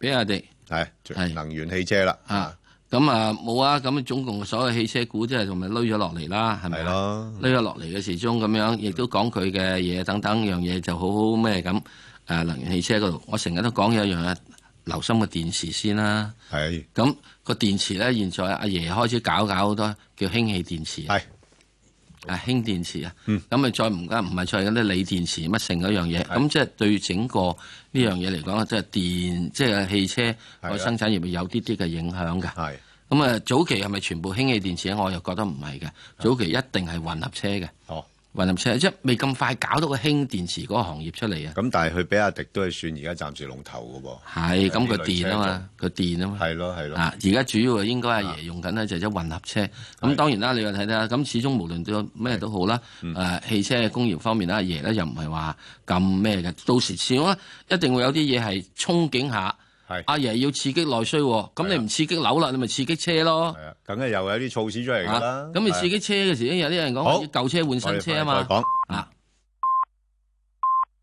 Speaker 2: 俾我哋
Speaker 1: 係
Speaker 2: 係
Speaker 1: 能源汽車啦，
Speaker 2: 啊。咁啊冇啊，咁總共所有汽車股即係同咪攞咗落嚟啦，係咪
Speaker 1: 係
Speaker 2: 啊？
Speaker 1: 咯，
Speaker 2: 攞咗落嚟嘅時鐘咁樣，亦都講佢嘅嘢等等樣嘢就好好咩咁。誒、誒能源汽車嗰度，我成日都講有一樣嘢，留心個電池先啦。
Speaker 1: 係
Speaker 2: 咁、個電池咧，現在阿爺開始搞搞好多叫氫氣電池，
Speaker 1: 係
Speaker 2: 啊氫電池啊。
Speaker 1: 嗯
Speaker 2: 咁咪、再唔加唔係再嗰啲鋰電池乜剩嗰樣嘢，咁即係對整個呢樣嘢嚟講，即係電即係汽車
Speaker 1: 係啊
Speaker 2: 個生產業會有啲啲嘅影響㗎。
Speaker 1: 係
Speaker 2: 咁啊，早期係咪全部氫氣電池咧？我又覺得唔係嘅，
Speaker 1: 啊
Speaker 2: 早期一定係混合車嘅，
Speaker 1: 哦。
Speaker 2: 混合車即係未咁快搞到個氫電池嗰個行業出嚟啊。
Speaker 1: 咁但係佢比亞迪都係算而家暫時龍頭嘅喎。
Speaker 2: 係，咁
Speaker 1: 呢
Speaker 2: 佢
Speaker 1: 類
Speaker 2: 電啊嘛，佢電啊嘛。
Speaker 1: 係咯係啊咯，
Speaker 2: 啊！而家主要係應該阿爺用緊咧就係一混合車，
Speaker 1: 係
Speaker 2: 咁當然啦，你又睇睇啊啦。咁始終無論對咩都好啦，
Speaker 1: 嗯
Speaker 2: 誒、汽車嘅工業方面啦，阿爺咧又唔係話咁咩嘅。到時始終呢一定會有啲嘢係憧憬下，
Speaker 1: 係
Speaker 2: 阿爺要刺激內需喎，咁
Speaker 1: 係啊
Speaker 2: 你唔刺激樓啦，你咪刺激車咯。
Speaker 1: 係啊，梗係又有啲措施出嚟㗎啦
Speaker 2: 啊。咁你
Speaker 1: 係啊
Speaker 2: 刺激車嘅時候，有啲人講
Speaker 1: 好
Speaker 2: 話要舊車換
Speaker 1: 我哋
Speaker 2: 新車
Speaker 1: 翻嚟
Speaker 2: 啊嘛
Speaker 1: 再講。
Speaker 2: 啊。